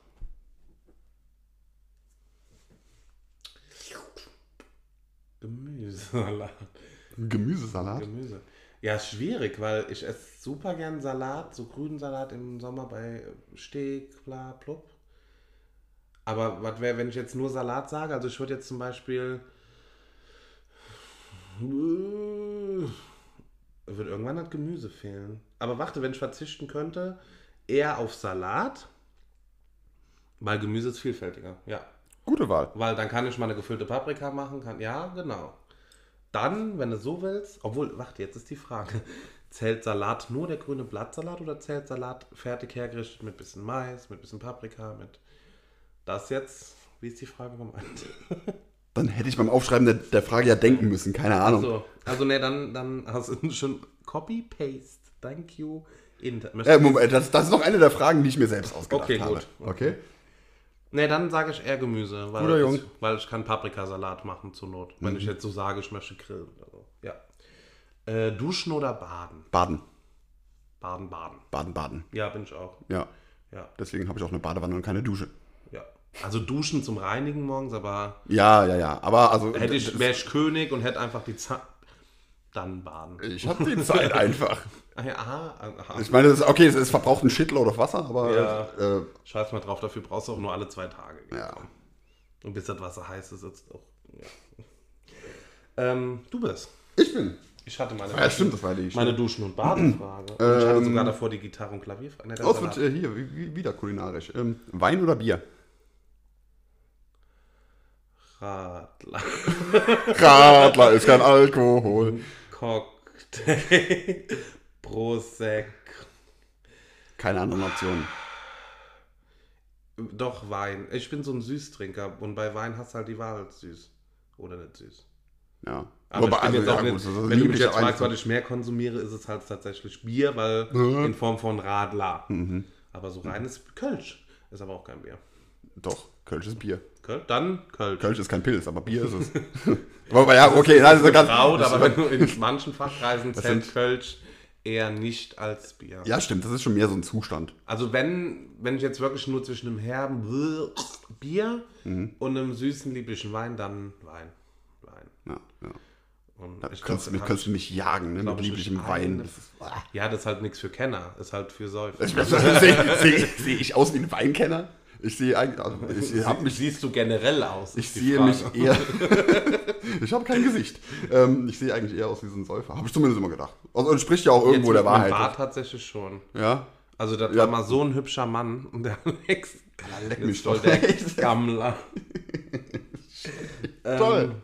Speaker 2: Gemüsesalat.
Speaker 1: Gemüsesalat?
Speaker 2: Gemüse. Ja, ist schwierig, weil ich esse super gern Salat, so grünen Salat im Sommer bei Steak, bla, plupp. Aber was wäre, wenn ich jetzt nur Salat sage? Also ich würde jetzt zum Beispiel. äh, Wird irgendwann das Gemüse fehlen. Aber warte, wenn ich verzichten könnte, eher auf Salat. Weil Gemüse ist vielfältiger, ja.
Speaker 1: Gute Wahl.
Speaker 2: Weil dann kann ich mal eine gefüllte Paprika machen, kann. Ja, genau. Dann, wenn du so willst, obwohl, warte, jetzt ist die Frage. Zählt Salat nur der grüne Blattsalat oder zählt Salat fertig hergerichtet mit bisschen Mais, mit bisschen Paprika, mit das jetzt? Wie ist die Frage gemeint?
Speaker 1: Dann hätte ich beim Aufschreiben der, der Frage ja denken müssen. Keine Ahnung.
Speaker 2: So, also ne, dann, dann hast du schon Copy, Paste, thank you. Inter
Speaker 1: Äh, Moment, das, das ist noch eine der Fragen, die ich mir selbst ausgedacht
Speaker 2: Okay,
Speaker 1: habe.
Speaker 2: gut.
Speaker 1: Okay.
Speaker 2: Ne, dann sage ich eher Gemüse, weil,
Speaker 1: Guter Mhm. Jung.
Speaker 2: ich, weil ich kann Paprikasalat machen zur Not. Wenn ich jetzt so sage, ich möchte grillen oder so. Ja. Äh, duschen oder baden?
Speaker 1: Baden.
Speaker 2: Baden, baden.
Speaker 1: Baden, baden.
Speaker 2: Ja, bin ich auch.
Speaker 1: Ja.
Speaker 2: Ja,
Speaker 1: Deswegen habe ich auch eine Badewanne und keine Dusche.
Speaker 2: ja. Also duschen zum Reinigen morgens, aber
Speaker 1: Ja, ja, ja. Aber also.
Speaker 2: hätte ich,
Speaker 1: das-
Speaker 2: wäre ich König und hätte einfach die Zeit. Dann baden.
Speaker 1: ich habe die Zeit einfach.
Speaker 2: Ah ja, aha, aha.
Speaker 1: Ich meine, das ist, okay, es, es verbraucht ein Shitload auf Wasser, aber
Speaker 2: Ja.
Speaker 1: äh,
Speaker 2: Scheiß mal drauf, dafür brauchst du auch nur alle zwei Tage.
Speaker 1: Ja.
Speaker 2: Und bis das Wasser heiß ist, ist auch. Ja. Ähm, du bist.
Speaker 1: ich bin.
Speaker 2: Ich hatte meine,
Speaker 1: Ja, stimmt, das war die.
Speaker 2: meine Duschen- und Badenfrage. Und ich hatte
Speaker 1: Ähm.
Speaker 2: sogar davor die Gitarre- und Klavierfrage. Ne, der
Speaker 1: Oh, es wird
Speaker 2: Salat.
Speaker 1: äh, hier wie- wie- wieder kulinarisch. Ähm, Wein oder Bier?
Speaker 2: Radler.
Speaker 1: Radler ist kein Alkohol.
Speaker 2: Cocktail. Prosecco.
Speaker 1: Keine anderen Optionen.
Speaker 2: Doch, Wein. Ich bin so ein Süßtrinker und bei Wein hast du halt die Wahl süß. Oder nicht süß.
Speaker 1: Ja.
Speaker 2: Aber
Speaker 1: Wobei, also,
Speaker 2: ich bin jetzt
Speaker 1: ja,
Speaker 2: auch
Speaker 1: gut,
Speaker 2: nicht,
Speaker 1: das ist ein
Speaker 2: wenn du mich
Speaker 1: lieblicher
Speaker 2: jetzt fragst, was
Speaker 1: Wein.
Speaker 2: ich mehr konsumiere, ist es halt tatsächlich Bier, weil
Speaker 1: Ja.
Speaker 2: in Form von Radler.
Speaker 1: Mhm.
Speaker 2: Aber so reines Kölsch ist aber auch kein Bier.
Speaker 1: Doch, Kölsches Bier.
Speaker 2: Kölsch? Dann Kölsch.
Speaker 1: Kölsch ist kein Pilz, aber Bier ist es. aber ja, okay, nein, das ist ganz.
Speaker 2: Braut,
Speaker 1: das
Speaker 2: aber
Speaker 1: ist-
Speaker 2: wenn du in manchen Fachkreisen
Speaker 1: Das
Speaker 2: zählt
Speaker 1: sind-
Speaker 2: Kölsch eher nicht als Bier.
Speaker 1: ja, stimmt, das ist schon mehr so ein Zustand.
Speaker 2: Also wenn, wenn ich jetzt wirklich nur zwischen einem herben Bier
Speaker 1: Mhm.
Speaker 2: und einem süßen lieblichen Wein, dann Wein. Wein.
Speaker 1: Ja, ja.
Speaker 2: Und ich halt glaub,
Speaker 1: Könntest,
Speaker 2: dann
Speaker 1: du mich,
Speaker 2: hab
Speaker 1: könntest du mich jagen, ne?
Speaker 2: glaub,
Speaker 1: Mit
Speaker 2: ich
Speaker 1: lieblichem
Speaker 2: mich
Speaker 1: Wein.
Speaker 2: ein-
Speaker 1: Das ist, ah.
Speaker 2: ich- Ja, das ist halt nichts für Kenner, ist halt für Säufer.
Speaker 1: Ich- Sehe sehe- sehe ich aus wie ein Weinkenner? Ich sehe eigentlich. Also ich hab mich,
Speaker 2: siehst du generell aus?
Speaker 1: ich
Speaker 2: ist die
Speaker 1: sehe
Speaker 2: Frage.
Speaker 1: mich eher. ich habe kein Gesicht. Ähm, ich sehe eigentlich eher aus wie so ein Säufer. Habe ich zumindest immer gedacht. Also entspricht ja auch
Speaker 2: Jetzt
Speaker 1: irgendwo
Speaker 2: mit
Speaker 1: der
Speaker 2: meinem
Speaker 1: Wahrheit.
Speaker 2: Bart tatsächlich schon.
Speaker 1: Ja.
Speaker 2: Also das
Speaker 1: Ja.
Speaker 2: war mal so ein hübscher Mann und der Alex.
Speaker 1: leck
Speaker 2: ist
Speaker 1: mich
Speaker 2: voll
Speaker 1: doch.
Speaker 2: der Gammler. Ähm.
Speaker 1: Toll.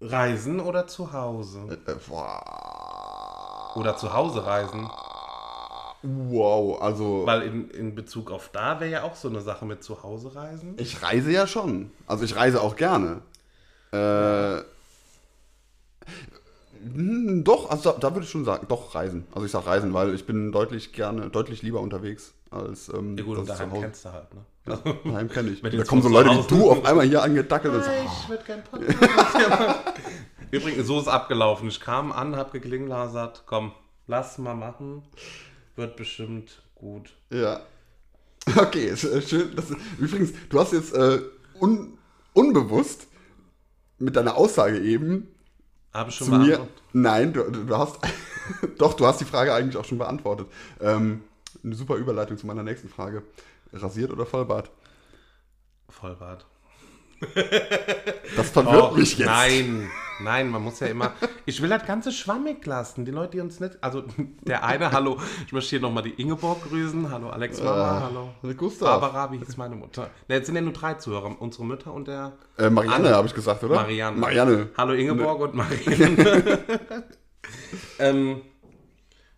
Speaker 2: Reisen oder zu Hause?
Speaker 1: Äh, boah.
Speaker 2: Oder zu Hause reisen?
Speaker 1: Wow, also.
Speaker 2: Weil in, in Bezug auf da wäre ja auch so eine Sache mit zu Hause reisen.
Speaker 1: Ich reise ja schon. Also ich reise auch gerne. Äh, hm, doch, also da, da würde ich schon sagen, doch reisen. Also ich sag reisen, weil ich bin deutlich gerne, deutlich lieber unterwegs als ähm,
Speaker 2: Ja gut,
Speaker 1: das ist
Speaker 2: und daheim
Speaker 1: zu Hause.
Speaker 2: kennst du halt, ne? Also,
Speaker 1: Daheim kenne ich.
Speaker 2: Wenn
Speaker 1: Da
Speaker 2: jetzt
Speaker 1: kommen so
Speaker 2: von
Speaker 1: Leute
Speaker 2: zu
Speaker 1: wie
Speaker 2: Hause-
Speaker 1: du auf einmal hier angedackelt und so,
Speaker 2: ich würde gern Podcast. Übrigens, so ist abgelaufen. Ich kam an, hab geklingelt, hab gesagt, komm, lass mal machen. Wird bestimmt gut.
Speaker 1: Ja. Okay, ist, äh, schön. Das, übrigens, du hast jetzt äh, un, unbewusst mit deiner Aussage eben
Speaker 2: Habe ich schon
Speaker 1: zu mir.
Speaker 2: beantwortet.
Speaker 1: Nein, du, du hast. doch, du hast die Frage eigentlich auch schon beantwortet. Ähm, eine super Überleitung zu meiner nächsten Frage. Rasiert oder Vollbart?
Speaker 2: Vollbart.
Speaker 1: Das verwirrt
Speaker 2: Och,
Speaker 1: mich jetzt.
Speaker 2: Oh, Nein, nein, man muss ja immer. Ich will das Ganze schwammig lassen. Die Leute, die uns nicht. Also der eine, hallo, ich möchte hier nochmal die Ingeborg grüßen. Hallo Alex Mama,
Speaker 1: Ah,
Speaker 2: hallo.
Speaker 1: Gustav.
Speaker 2: Barbara, wie hieß meine Mutter? Ne, jetzt sind ja nur drei Zuhörer. Unsere Mütter und der
Speaker 1: Äh, Marianne,
Speaker 2: Anne.
Speaker 1: habe ich gesagt, oder?
Speaker 2: Marianne.
Speaker 1: Marianne.
Speaker 2: Hallo Ingeborg und Marianne. ähm,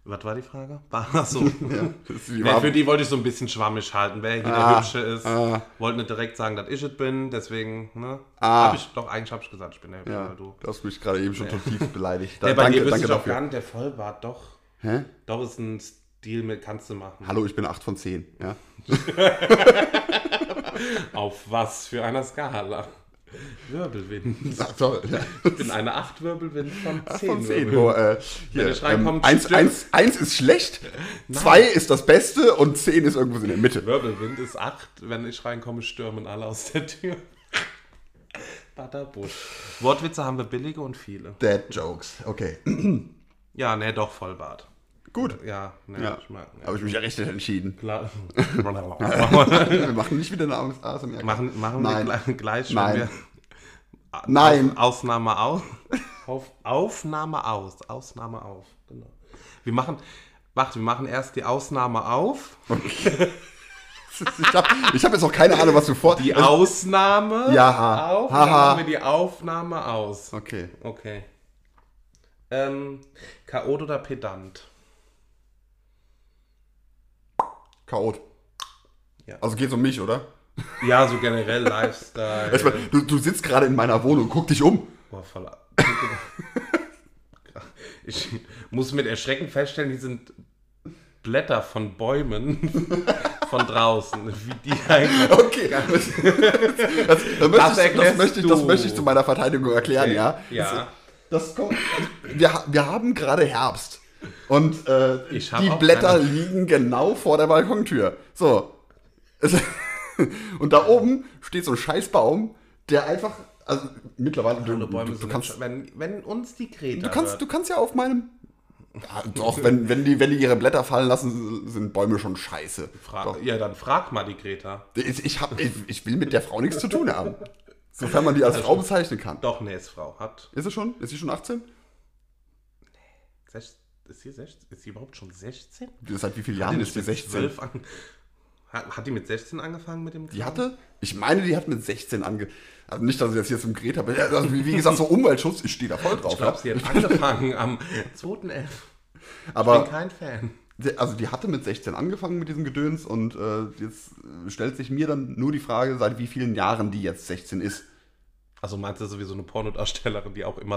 Speaker 2: was war die Frage? Achso.
Speaker 1: Ja, das ist die
Speaker 2: Nee,
Speaker 1: Wahrheit.
Speaker 2: für die wollte ich so ein bisschen schwammig halten, wer hier
Speaker 1: Ah,
Speaker 2: der Hübsche ist.
Speaker 1: ah.
Speaker 2: Wollte nicht direkt sagen, dass ich es bin, deswegen, ne?
Speaker 1: Ah.
Speaker 2: Hab ich, doch, eigentlich habe ich gesagt, ich bin der Hübsche,
Speaker 1: ja,
Speaker 2: weil du.
Speaker 1: du hast mich gerade eben schon tief beleidigt. Da,
Speaker 2: Nee, bei
Speaker 1: danke
Speaker 2: dir wüsste
Speaker 1: danke
Speaker 2: ich auch gar
Speaker 1: dafür.
Speaker 2: nicht, der Vollbart, doch.
Speaker 1: Hä?
Speaker 2: Doch, ist ein Stil, mit kannst du machen.
Speaker 1: Hallo, ich bin 8 von 10. Ja?
Speaker 2: Auf was für einer Skala? Wirbelwind.
Speaker 1: Ach, toll. Ja.
Speaker 2: Ich bin eine 8 Wirbelwind von 10.
Speaker 1: von 10.
Speaker 2: Wirbelwind.
Speaker 1: Wo, äh, hier, ähm,
Speaker 2: ich reinkomme,
Speaker 1: eins,
Speaker 2: stimmt.
Speaker 1: eins, eins ist schlecht, 2 ist das Beste und 10 ist irgendwo in der Mitte.
Speaker 2: Wirbelwind ist 8. Wenn ich reinkomme, stürmen alle aus der Tür. Badabusch. Wortwitze haben wir billige und viele.
Speaker 1: Dead Jokes. Okay.
Speaker 2: Ja, ne, doch, Vollbart.
Speaker 1: Gut.
Speaker 2: Ja, ne,
Speaker 1: Ja.
Speaker 2: ich mag. Ja.
Speaker 1: Habe ich mich ja recht entschieden.
Speaker 2: Klar.
Speaker 1: Wir machen nicht wieder eine ASMR.
Speaker 2: machen machen
Speaker 1: Nein.
Speaker 2: wir gleich, gleich wenn
Speaker 1: Nein.
Speaker 2: wir.
Speaker 1: Nein.
Speaker 2: Auf, Ausnahme auf. auf. Aufnahme aus. Ausnahme auf. Genau. Wir machen. Warte, wir machen erst die Ausnahme auf.
Speaker 1: Ich habe ich hab jetzt auch keine Ahnung, was du vor. Also-
Speaker 2: Die Ausnahme
Speaker 1: Ja.
Speaker 2: auf. und
Speaker 1: Haha.
Speaker 2: Dann machen wir die Aufnahme aus.
Speaker 1: okay.
Speaker 2: Okay. Ähm, Chaot oder Pedant?
Speaker 1: Chaot.
Speaker 2: Ja.
Speaker 1: Also geht's um mich, oder?
Speaker 2: Ja, so generell Lifestyle.
Speaker 1: Ich mein, du, du sitzt gerade in meiner Wohnung, guck dich um.
Speaker 2: Boah, voll. ab- Ich muss mit Erschrecken feststellen, die sind Blätter von Bäumen von draußen. Wie die eigentlich.
Speaker 1: Okay. Das, das,
Speaker 2: Das
Speaker 1: möchte ich, das,
Speaker 2: erklärst
Speaker 1: möchte ich, das
Speaker 2: du.
Speaker 1: möchte ich zu meiner Verteidigung erklären, ja.
Speaker 2: Ja.
Speaker 1: Das kommt, also, wir, ha- wir haben gerade Herbst. Und äh,
Speaker 2: Ich hab
Speaker 1: die
Speaker 2: auch
Speaker 1: Blätter
Speaker 2: keine.
Speaker 1: liegen genau vor der Balkontür. So. Es, und da oben steht so ein Scheißbaum, der einfach. Also mittlerweile. Du,
Speaker 2: Alle
Speaker 1: du,
Speaker 2: Bäume
Speaker 1: du,
Speaker 2: sind
Speaker 1: kannst,
Speaker 2: wenn, wenn uns die Kreta.
Speaker 1: du, kannst,
Speaker 2: hört.
Speaker 1: du kannst ja auf meinem. Ja, doch, wenn, wenn, die, wenn die ihre Blätter fallen lassen, sind Bäume schon scheiße.
Speaker 2: Fra-
Speaker 1: Doch.
Speaker 2: ja, dann frag mal die Greta.
Speaker 1: Ich, ich, hab, ich, ich will mit der Frau nichts zu tun haben. Sofern man die
Speaker 2: Also
Speaker 1: als Frau bezeichnen kann.
Speaker 2: Doch, nee, ist Frau. Hat.
Speaker 1: Ist sie schon? Ist sie schon 18?
Speaker 2: sech- Ist sie, sech- ist sie überhaupt schon 16?
Speaker 1: Seit wie vielen Jahren ist sie
Speaker 2: Mit
Speaker 1: 16?
Speaker 2: 12 an, hat, hat die mit 16 angefangen mit dem
Speaker 1: Die hatte, ich meine, die hat mit 16 ange... Also nicht, dass ich jetzt hier zum Greta bin. Also wie, wie gesagt, so Umweltschutz, ich stehe da voll drauf.
Speaker 2: Ich glaube, sie hat angefangen am 2.11.
Speaker 1: ja.
Speaker 2: Ich bin
Speaker 1: Aber
Speaker 2: kein Fan.
Speaker 1: die- also die hatte mit 16 angefangen mit diesem Gedöns und äh, jetzt äh, stellt sich mir dann nur die Frage, seit wie vielen Jahren die jetzt 16 ist.
Speaker 2: Also meinst du sowieso eine Pornodarstellerin, die auch immer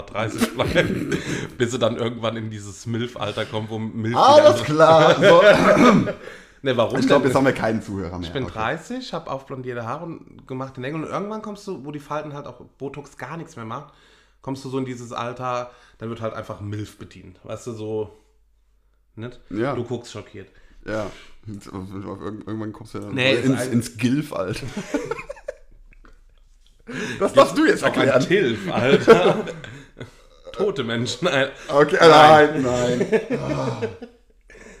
Speaker 2: 30 bleibt, bis sie dann irgendwann in dieses MILF-Alter kommt, wo MILF wieder-
Speaker 1: klar. So,
Speaker 2: Ne, warum?
Speaker 1: Ah, Ich glaube,
Speaker 2: denn?
Speaker 1: jetzt haben wir keinen Zuhörer mehr.
Speaker 2: Ich bin
Speaker 1: Okay.
Speaker 2: 30, habe auf blondierte Haare und gemachte Nägel und irgendwann kommst du, wo die Falten halt auch Botox gar nichts mehr macht, kommst du so in dieses Alter, dann wird halt einfach Milf bedient. Weißt du, so, nicht?
Speaker 1: Ja.
Speaker 2: Du guckst schockiert.
Speaker 1: Ja. Jetzt- äh, irgend- Irgendwann kommst du ja dann
Speaker 2: Nee, also ist
Speaker 1: ins,
Speaker 2: ein-
Speaker 1: ins Gilf, Alter. Das darfst du jetzt
Speaker 2: Auch ein
Speaker 1: erklären.
Speaker 2: Tilf, Alter. Tote Menschen. Nein.
Speaker 1: Okay, nein, nein.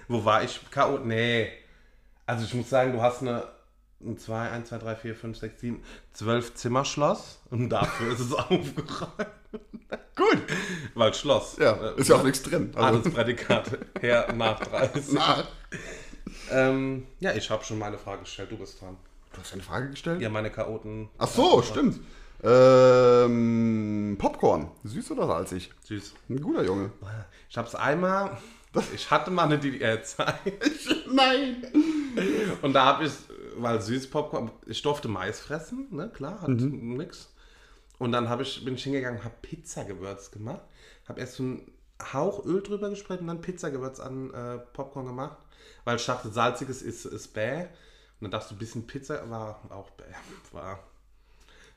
Speaker 2: Wo war ich? K.O. Nee. Also ich muss sagen, du hast eine 2, 1, 2, 3, 4, 5, 6, 7, 12 Zimmerschloss und dafür ist es aufgeräumt.
Speaker 1: Gut.
Speaker 2: Weil Schloss.
Speaker 1: Ja,
Speaker 2: Äh,
Speaker 1: ist ja auch nichts drin. Also,
Speaker 2: Adelsprädikat her nach 30.
Speaker 1: na,
Speaker 2: Ähm, ja, ich habe schon meine Frage gestellt, du bist dran.
Speaker 1: du hast eine Frage gestellt?
Speaker 2: Ja, meine Chaoten.
Speaker 1: Ach so, stimmt. Ähm, Popcorn. Süß oder salzig?
Speaker 2: Äh, Süß.
Speaker 1: Ein guter Junge.
Speaker 2: Ich hab's einmal. Ich hatte mal eine DDR-Zeit
Speaker 1: Nein.
Speaker 2: und da hab ich, weil süß Popcorn, ich durfte Mais fressen, ne, klar, hat
Speaker 1: Mhm.
Speaker 2: nix. Und dann hab ich, bin ich hingegangen, hab Pizzagewürz gemacht, hab erst so einen Hauch Öl drüber gesprayt und dann Pizzagewürz an äh, Popcorn gemacht, weil ich dachte, salziges ist, ist bäh. Und dann dachte ich, ein bisschen Pizza war auch bäh, war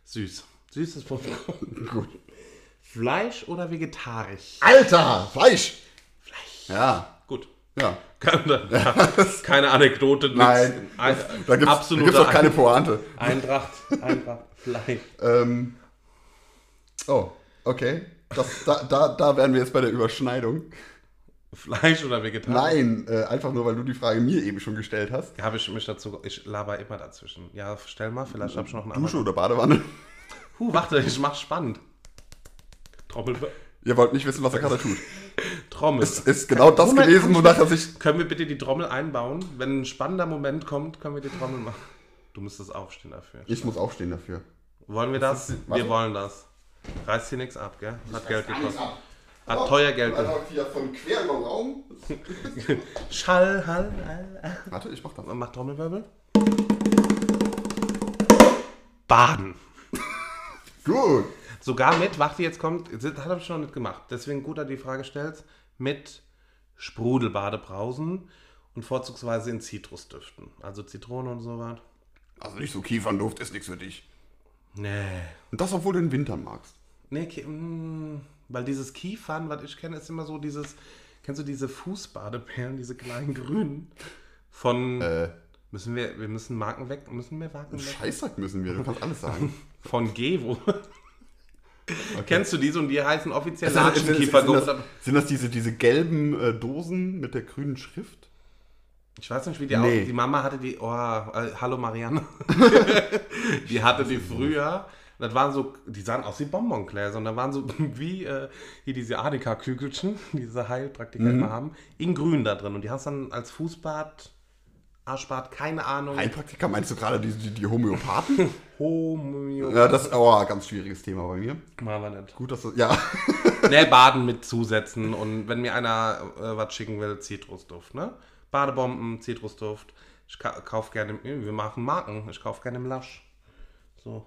Speaker 2: süß. Süßes Popcorn.
Speaker 1: Gut.
Speaker 2: Fleisch oder vegetarisch?
Speaker 1: Alter, Fleisch. Fleisch. Ja,
Speaker 2: Gut.
Speaker 1: ja.
Speaker 2: Keine, keine Anekdote, nix.
Speaker 1: Nein.
Speaker 2: Ein,
Speaker 1: Da gibt's, da
Speaker 2: absolute
Speaker 1: gibt's auch keine Pointe.
Speaker 2: Eintracht, Eintracht, Fleisch.
Speaker 1: Ähm, oh, okay. Das, da, da, da wären wir jetzt bei der Überschneidung.
Speaker 2: Fleisch oder Vegetarisch?
Speaker 1: Nein, äh, einfach nur, weil du die Frage mir eben schon gestellt hast.
Speaker 2: Habe ich mich dazu, ich laber immer dazwischen. Ja, stell mal, vielleicht habe ich noch einen
Speaker 1: Dusche oder Badewanne?
Speaker 2: Huh, warte, ich mach's spannend. Trommel,
Speaker 1: Ihr wollt nicht wissen, was er gerade tut.
Speaker 2: Trommel.
Speaker 1: Ist, ist genau das
Speaker 2: Moment,
Speaker 1: gewesen, wonach er sich...
Speaker 2: Können wir bitte die Trommel einbauen? Wenn ein spannender Moment kommt, können wir die Trommel machen. Du müsstest aufstehen dafür.
Speaker 1: Ich muss aufstehen dafür.
Speaker 2: Wollen wir das?
Speaker 1: Warte.
Speaker 2: Wir wollen das. Reißt hier nichts ab, gell? Hat Geld gekostet.
Speaker 1: ab.
Speaker 2: Hat teuer Geld gekostet.
Speaker 1: hier von quer über den Raum.
Speaker 2: Schall, Hall, Hall.
Speaker 1: Warte, ich mach das.
Speaker 2: Mach Trommelwirbel. Baden.
Speaker 1: Gut.
Speaker 2: Sogar mit, warte, jetzt kommt, das hat er schon nicht gemacht. Deswegen gut, dass du die Frage stellst, mit Sprudelbadebrausen und vorzugsweise in Zitrusdüften. Also Zitrone und so was.
Speaker 1: Also nicht so Kiefernduft ist nichts für dich.
Speaker 2: Nee.
Speaker 1: Und das, obwohl du den Winter magst.
Speaker 2: Nee, Ki- mm, weil dieses Kiefern, was ich kenne, ist immer so dieses, kennst du diese Fußbadeperlen, diese kleinen grünen? Von,
Speaker 1: Äh,
Speaker 2: müssen wir, wir müssen Marken weg, müssen wir Marken weg?
Speaker 1: Scheißsack müssen wir, du kannst alles sagen.
Speaker 2: Von Gevo. Kennst du diese und die heißen offiziell
Speaker 1: Sind das- sind das- sind,
Speaker 2: Latschenkiefergruppe?
Speaker 1: das, sind das diese, diese gelben äh, Dosen mit der grünen Schrift?
Speaker 2: Ich weiß nicht, wie die
Speaker 1: Nee.
Speaker 2: auch. Die Mama hatte die. Oh, äh, hallo Marianne. die hatte die früher. Das waren so, die sahen aus wie Bonbongläser und da waren so wie äh, hier diese Adeka-Kügelchen, diese Heilpraktiker
Speaker 1: Mhm.
Speaker 2: immer haben, in grün da drin. Und die hast dann als Fußbad, Arschbad, keine Ahnung,
Speaker 1: Heilpraktiker meinst du gerade die, die, die Homöopathen?
Speaker 2: Homöo,
Speaker 1: ja, das oh, ganz schwieriges Thema bei mir.
Speaker 2: machen wir nicht.
Speaker 1: Gut, dass du, ja.
Speaker 2: Nee, Baden mit Zusätzen und wenn mir einer äh, was schicken will, Zitrusduft, ne? Badebomben, Zitrusduft. Ich ka kauf gerne, im- wir machen Marken, ich kauf gerne im Lasch. So.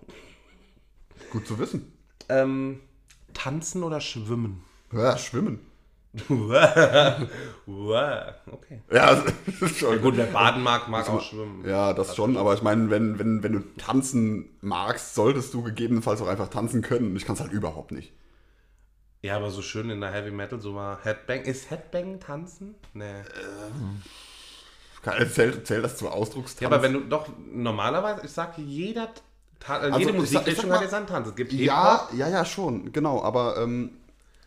Speaker 1: Gut zu wissen.
Speaker 2: Ähm, tanzen oder schwimmen?
Speaker 1: Ja, schwimmen.
Speaker 2: okay. Also,
Speaker 1: Ja, also, das ist schon.
Speaker 2: Gut, wer baden mag, mag auch schwimmen.
Speaker 1: Ja, das schon, aber ich meine, wenn, wenn, wenn du tanzen magst, solltest du gegebenenfalls auch einfach tanzen können. Ich kann es halt überhaupt nicht.
Speaker 2: Ja, aber so schön in der Heavy Metal, so mal Headbang. Ist Headbang tanzen? Nee.
Speaker 1: Keine- Zählt, zählt das zu Ausdruckstanz?
Speaker 2: Ja, aber wenn du doch normalerweise, ich sag, jeder, Ta äh,
Speaker 1: Also, ich
Speaker 2: jede
Speaker 1: sag- ich sag
Speaker 2: Musikrichtung
Speaker 1: mal-
Speaker 2: hat ja seinen Tanz. Es gibt
Speaker 1: Ja, ja, ja, schon, genau, aber ähm,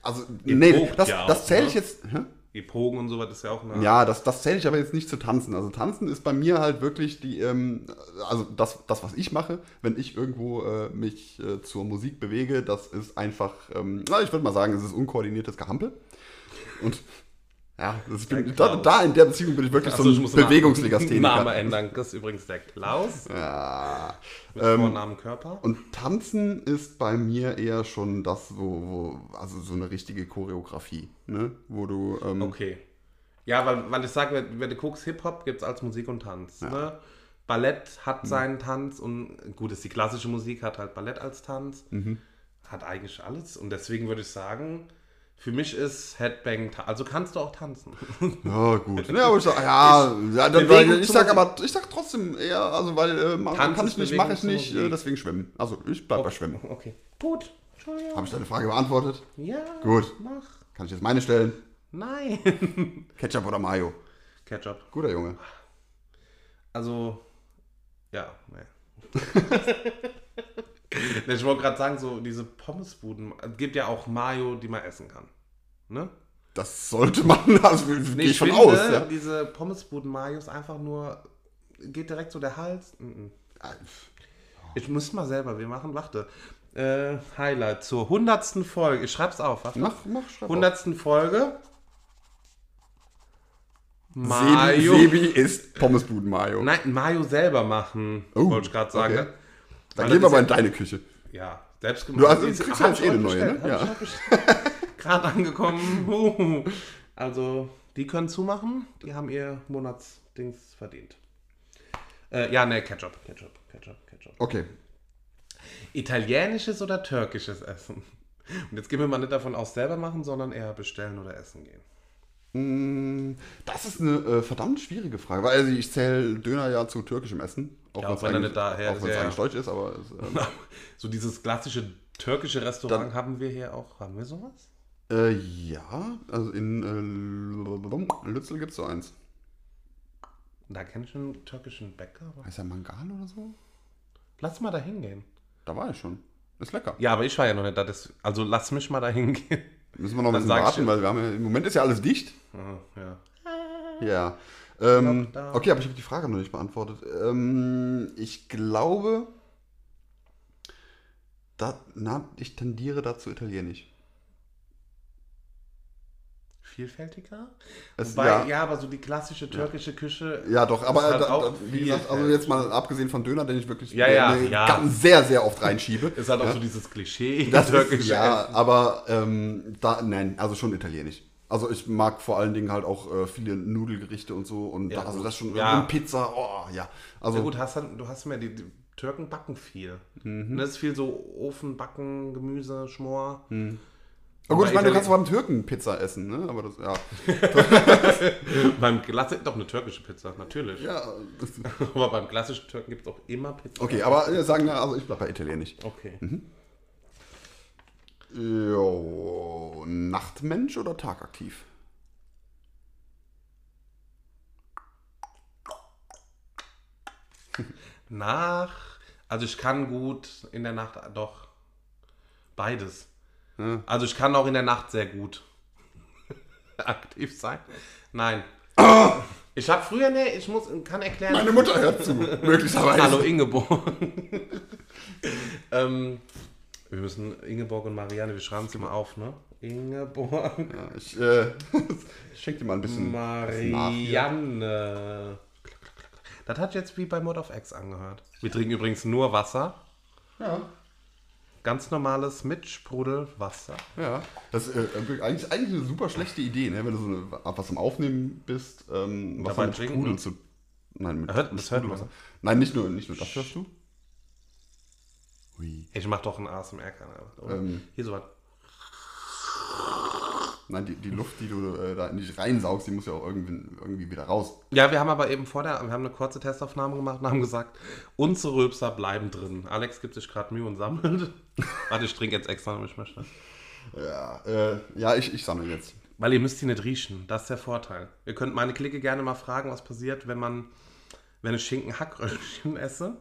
Speaker 1: also,
Speaker 2: Ihr
Speaker 1: nee,
Speaker 2: probt
Speaker 1: das,
Speaker 2: ja
Speaker 1: das
Speaker 2: auch,
Speaker 1: zähle
Speaker 2: ne?
Speaker 1: ich jetzt, hä?
Speaker 2: Hip-Hop, Hip-Hogen und sowas ist ja auch eine
Speaker 1: ja, das, das zähle ich aber jetzt nicht zu tanzen. Also tanzen ist bei mir halt wirklich die, ähm, also das, das, was ich mache, wenn ich irgendwo äh, mich äh, zur Musik bewege, das ist einfach, ähm, na, ich würde mal sagen, es ist unkoordiniertes Gehampel. Und ja, das ist, bin, da,
Speaker 2: Klaus.
Speaker 1: da in der Beziehung bin ich wirklich so ein Bewegungslegastheniker. Ähm,
Speaker 2: Name ändern. Das ist übrigens der Klaus.
Speaker 1: Ja. Ähm,
Speaker 2: Mit Vornamen Körper.
Speaker 1: Und tanzen ist bei mir eher schon das, wo, wo also so eine richtige Choreografie, ne? Wo du, ähm,
Speaker 2: Okay. Ja, weil, weil ich sage, wenn, wenn du guckst, Hip-Hop gibt es als Musik und Tanz. Ne? Ballett hat seinen Tanz und gut, ist die klassische Musik, hat halt Ballett als Tanz. Hat eigentlich alles. Und deswegen würde ich sagen, Für mich ist Headbang, ta- also kannst du auch tanzen.
Speaker 1: Ja, gut. Ja, aber ich sag, ja, ja, dann,
Speaker 2: Bewegung
Speaker 1: weil, ich
Speaker 2: zu
Speaker 1: sag
Speaker 2: Musik.
Speaker 1: aber, ich sag trotzdem eher, also weil äh, man
Speaker 2: Tanz
Speaker 1: kann
Speaker 2: ist
Speaker 1: ich nicht,
Speaker 2: Bewegung Oh.
Speaker 1: mache ich
Speaker 2: zu
Speaker 1: nicht,
Speaker 2: Musik.
Speaker 1: äh, deswegen schwimmen. Also ich bleib bei Schwimmen.
Speaker 2: Okay. Gut. Entschuldigung.
Speaker 1: Habe ich deine Frage beantwortet?
Speaker 2: Ja.
Speaker 1: Gut.
Speaker 2: Mach.
Speaker 1: Kann ich jetzt meine stellen?
Speaker 2: Nein.
Speaker 1: Ketchup oder Mayo?
Speaker 2: Ketchup.
Speaker 1: Guter Junge.
Speaker 2: Also, ja, nein. Nee, ich wollte gerade sagen, so diese Pommesbuden, es gibt ja auch Mayo, die man essen kann. Ne?
Speaker 1: Das sollte man, also
Speaker 2: Nee,
Speaker 1: gehe ich
Speaker 2: ich
Speaker 1: schon
Speaker 2: finde,
Speaker 1: aus. Ja?
Speaker 2: diese Pommesbuden Mayos einfach nur, geht direkt so der Hals. Mhm. Ich muss mal selber, wir machen, warte. Äh, Highlight zur hundertsten Folge. Ich schreib's auf, warte.
Speaker 1: Mach, mach, schreib auf.
Speaker 2: Hundertsten Folge.
Speaker 1: Sebi,
Speaker 2: Mayo.
Speaker 1: Sebi ist Pommesbuden-Mayo.
Speaker 2: Nein, Mayo selber machen,
Speaker 1: Oh,
Speaker 2: wollte ich gerade sagen. ne?
Speaker 1: okay.
Speaker 2: Weil
Speaker 1: Dann gehen wir
Speaker 2: das
Speaker 1: mal
Speaker 2: ist
Speaker 1: in deine Küche.
Speaker 2: ja, ja, selbst gemacht.
Speaker 1: Du hast-
Speaker 2: Die
Speaker 1: du
Speaker 2: ist-
Speaker 1: kriegst
Speaker 2: hab
Speaker 1: jetzt
Speaker 2: ich
Speaker 1: eh eine
Speaker 2: heute
Speaker 1: neue,
Speaker 2: bestellt,
Speaker 1: ne?
Speaker 2: hab
Speaker 1: Ja.
Speaker 2: ich heute bestellt. Gerade angekommen. Huhu. also, die können zumachen. Die haben ihr Monatsdings verdient. Äh, ja, ne, Ketchup, Ketchup, Ketchup, Ketchup.
Speaker 1: Okay.
Speaker 2: Italienisches oder türkisches Essen? Und jetzt gehen wir mal nicht davon aus, selber machen, sondern eher bestellen oder essen gehen.
Speaker 1: Mm, Das ist eine äh, verdammt schwierige Frage, weil also ich zähle Döner ja zu türkischem Essen. Auch
Speaker 2: Ja,
Speaker 1: wenn's
Speaker 2: wenn er
Speaker 1: eigentlich-
Speaker 2: nicht daher
Speaker 1: auch
Speaker 2: ist,
Speaker 1: wenn es
Speaker 2: ja,
Speaker 1: eigentlich
Speaker 2: ja.
Speaker 1: deutsch ist, aber es, ähm,
Speaker 2: So dieses klassische türkische Restaurant haben wir hier auch. Haben wir sowas?
Speaker 1: Äh, ja, also in äh, Lützel gibt es so eins.
Speaker 2: Da kenne ich einen türkischen Bäcker. aber-
Speaker 1: Heißt er Mangal oder so?
Speaker 2: Lass mal da hingehen.
Speaker 1: Da war ich schon. Ist lecker.
Speaker 2: Ja, aber ich war ja noch nicht da. Das, also lass mich mal da hingehen.
Speaker 1: Müssen wir noch ein
Speaker 2: Dann
Speaker 1: bisschen
Speaker 2: sag ich
Speaker 1: warten,
Speaker 2: dir-
Speaker 1: weil wir haben ja, im Moment ist ja alles dicht.
Speaker 2: Ah, ja.
Speaker 1: Ja. Ähm,
Speaker 2: Lockdown.
Speaker 1: okay, aber ich habe die Frage noch nicht beantwortet. Ähm, ich glaube, da, na, ich tendiere dazu italienisch.
Speaker 2: Vielfältiger?
Speaker 1: Es-
Speaker 2: Wobei,
Speaker 1: ja.
Speaker 2: ja. aber so die klassische türkische Küche.
Speaker 1: Ja, doch, aber
Speaker 2: Ist halt
Speaker 1: da, da,
Speaker 2: auch
Speaker 1: wie gesagt, also
Speaker 2: vielfältig.
Speaker 1: jetzt mal abgesehen von Döner, den ich wirklich
Speaker 2: Ja, ja,
Speaker 1: äh,
Speaker 2: ja.
Speaker 1: ganz sehr, sehr oft reinschiebe.
Speaker 2: Ist halt auch
Speaker 1: ja.
Speaker 2: so dieses Klischee. Also
Speaker 1: Das
Speaker 2: türkische
Speaker 1: ist, ja,
Speaker 2: Essen.
Speaker 1: aber ähm, da, nein, also schon italienisch. Also ich mag vor allen Dingen halt auch äh, viele Nudelgerichte und so und
Speaker 2: Ja,
Speaker 1: da, also
Speaker 2: gut.
Speaker 1: das schon
Speaker 2: Ja.
Speaker 1: und Pizza, oh ja. Also
Speaker 2: Ja gut, hast dann, du hast mir die, die Türken backen viel. Mhm. Das ist viel so Ofen, Backen, Gemüse, Schmor.
Speaker 1: Mhm. aber gut, ich meine,
Speaker 2: aber
Speaker 1: du
Speaker 2: Italien-
Speaker 1: kannst auch beim Türken Pizza essen, ne? Aber das ja,
Speaker 2: Beim Klassik doch eine türkische Pizza, natürlich.
Speaker 1: ja.
Speaker 2: Aber beim klassischen Türken gibt es auch immer Pizza.
Speaker 1: Okay, Mhm. aber äh, sagen wir, also ich bleib bei italienisch.
Speaker 2: Okay.
Speaker 1: Jo, Nachtmensch oder tagaktiv?
Speaker 2: Nach. Also ich kann gut in der Nacht doch beides.
Speaker 1: Ja.
Speaker 2: Also ich kann auch in der Nacht sehr gut aktiv sein. Nein. Ich habe früher, ne, ich muss, kann erklären.
Speaker 1: Meine Mutter hört zu, möglicherweise.
Speaker 2: Hallo Ingeborg. ähm, wir müssen Ingeborg und Marianne, wir schreiben sie mal auf, ne? Ingeborg,
Speaker 1: Ja, ich äh, ich schenk dir mal ein bisschen bisschen Hm, nach hier.
Speaker 2: Marianne. Das hat jetzt wie bei Mod of X angehört. Wir trinken übrigens nur Wasser.
Speaker 1: Ja.
Speaker 2: Ganz normales mit Sprudelwasser.
Speaker 1: Ja, das ist äh, wirklich- eigentlich, eigentlich eine super schlechte Idee, ne? wenn du so eine, was am Aufnehmen bist, ähm, was
Speaker 2: Dabei
Speaker 1: mit
Speaker 2: trinken,
Speaker 1: Sprudel
Speaker 2: ne?
Speaker 1: zu. Nein, mit,
Speaker 2: Hört-
Speaker 1: mit
Speaker 2: das hört
Speaker 1: Sprudelwasser.
Speaker 2: man.
Speaker 1: Nein, nicht nur, nicht nur das hörst du. Hui.
Speaker 2: Ich mach doch einen ASMR-Kanal. oder?
Speaker 1: Ähm.
Speaker 2: Hier so was.
Speaker 1: Nein, die, die Luft, die du äh, da in dich reinsaugst, die muss ja auch irgendwie, irgendwie wieder raus.
Speaker 2: Ja, wir haben aber eben vor der, wir haben eine kurze Testaufnahme gemacht und haben gesagt, unsere Röpser bleiben drin. Alex gibt sich gerade Mühe und sammelt. Warte, ich trinke jetzt extra, wenn ich möchte.
Speaker 1: Ja, äh, ja ich, ich sammle jetzt.
Speaker 2: Weil ihr müsst die nicht riechen. Das ist der Vorteil. Ihr könnt meine Clique gerne mal fragen, was passiert, wenn man, wenn ich Schinken Hackröllchen esse.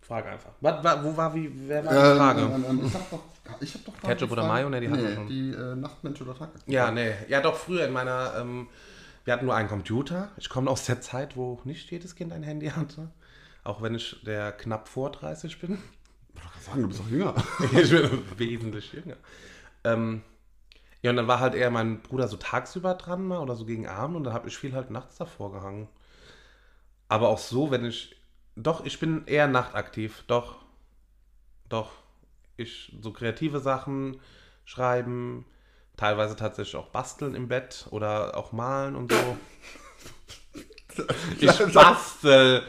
Speaker 2: Frage einfach. Was, wa- wo war, wie, wer war die Frage?
Speaker 1: Ähm, ähm, ich hab doch, ich hab doch gerade
Speaker 2: Ketchup
Speaker 1: die
Speaker 2: oder
Speaker 1: Frage-
Speaker 2: Mayo? Ne, die hatten wir
Speaker 1: Nee,
Speaker 2: schon.
Speaker 1: die äh, Nachtmensch oder Tag.
Speaker 2: ja, nee. Ja, doch, früher in meiner, ähm, wir hatten nur einen Computer. Ich komme aus der Zeit, wo nicht jedes Kind ein Handy hatte. Auch wenn ich der knapp vor 30 bin.
Speaker 1: Ich kann sagen, du bist doch jünger.
Speaker 2: ich bin wesentlich jünger. Ähm, ja, und dann war halt eher mein Bruder so tagsüber dran mal oder so gegen Abend und dann habe ich viel halt nachts davor gehangen. Aber auch so, wenn ich. Doch, ich bin eher nachtaktiv. Doch. Doch. Ich so kreative Sachen schreiben, teilweise tatsächlich auch basteln im Bett oder auch malen und so. ich bastel.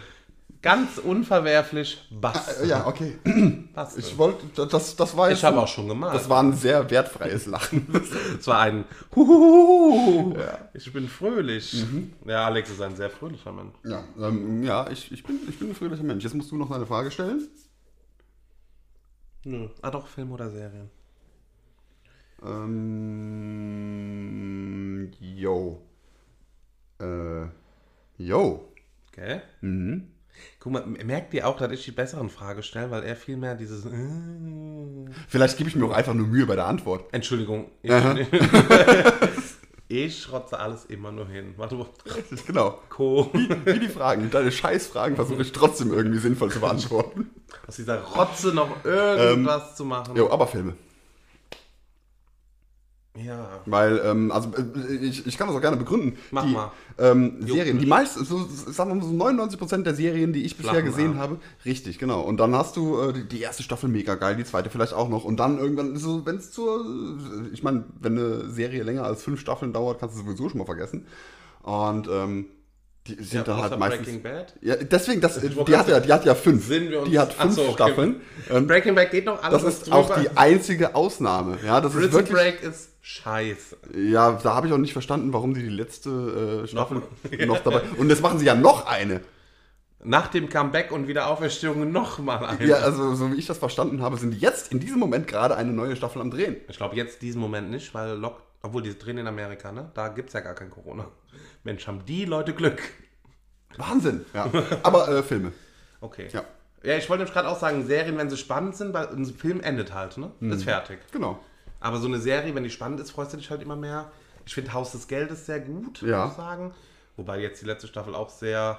Speaker 2: Ganz unverwerflich Bass.
Speaker 1: Äh, Ja, okay.
Speaker 2: Bass.
Speaker 1: Ich
Speaker 2: Ich,
Speaker 1: wollte, das, das war jetzt.
Speaker 2: habe auch schon gemacht.
Speaker 1: Das war ein sehr wertfreies Lachen.
Speaker 2: Es war ein Huhuhuhu.
Speaker 1: Ja.
Speaker 2: Ich bin fröhlich. Ja, Alex ist ein sehr fröhlicher Mann.
Speaker 1: ja, ähm, ja ich, ich, bin, ich bin ein fröhlicher Mensch. Jetzt musst du noch eine Frage stellen.
Speaker 2: Nö. Ah doch, Film oder Serien.
Speaker 1: Ähm, yo. Äh, yo.
Speaker 2: Gell?
Speaker 1: Mhm.
Speaker 2: Guck mal, merkt ihr auch, dass ich die besseren Fragen stelle, weil er viel mehr dieses... äh.
Speaker 1: Vielleicht gebe ich mir auch einfach nur Mühe bei der Antwort.
Speaker 2: Entschuldigung. Ich, ich schrotze alles immer nur hin. Warte, wo-
Speaker 1: Genau.
Speaker 2: Co.
Speaker 1: Wie, wie die Fragen. Deine Scheißfragen versuche ich trotzdem irgendwie sinnvoll zu beantworten.
Speaker 2: Aus dieser Rotze noch irgendwas zu machen.
Speaker 1: Jo, aber Filme.
Speaker 2: Ja.
Speaker 1: Weil, ähm, also äh, ich, ich kann das auch gerne begründen.
Speaker 2: Mach
Speaker 1: die,
Speaker 2: mal.
Speaker 1: Ähm,
Speaker 2: Jo.
Speaker 1: Serien, die meisten, so, sagen wir mal so 99% der Serien, die ich bisher
Speaker 2: Flachen
Speaker 1: gesehen
Speaker 2: Arm.
Speaker 1: habe, richtig, genau. Und dann hast du äh, die, die erste Staffel mega geil, die zweite vielleicht auch noch. Und dann irgendwann, so, wenn es zur, ich meine, wenn eine Serie länger als fünf Staffeln dauert, kannst du sowieso schon mal vergessen. Und ähm, die sind
Speaker 2: ja
Speaker 1: dann halt
Speaker 2: außer
Speaker 1: meistens...
Speaker 2: Breaking Bad.
Speaker 1: Ja, deswegen, das,
Speaker 2: Ich wollte
Speaker 1: die, hat ja, die hat ja fünf.
Speaker 2: Sind wir uns-
Speaker 1: die hat
Speaker 2: Ach
Speaker 1: fünf
Speaker 2: so, okay.
Speaker 1: Staffeln. Ähm,
Speaker 2: Breaking Bad geht noch alles.
Speaker 1: das ist auch die einzige Ausnahme. Ja, das ist
Speaker 2: Prison
Speaker 1: wirklich,
Speaker 2: Break ist scheiße.
Speaker 1: Ja, da habe ich auch nicht verstanden, warum sie die letzte äh, Staffel noch, dabei. Und jetzt machen sie ja noch eine.
Speaker 2: Nach dem Comeback und Wiederauferstehung nochmal eine.
Speaker 1: Ja, also so wie ich das verstanden habe, sind die jetzt in diesem Moment gerade eine neue Staffel am Drehen.
Speaker 2: Ich glaube jetzt diesen Moment nicht, weil Lock, obwohl die drehen in Amerika, ne? Da gibt es ja gar kein Corona. Mensch, haben die Leute Glück.
Speaker 1: Wahnsinn. Ja. Aber äh, Filme.
Speaker 2: Okay.
Speaker 1: Ja.
Speaker 2: Ja, ich wollte nämlich gerade auch sagen, Serien, wenn sie spannend sind, weil ein Film endet halt, ne? Ist fertig.
Speaker 1: Genau.
Speaker 2: Aber so eine Serie, wenn die spannend ist, freust du dich halt immer mehr. Ich finde Haus des Geldes sehr gut,
Speaker 1: Ja.
Speaker 2: muss ich sagen. Wobei jetzt die letzte Staffel auch sehr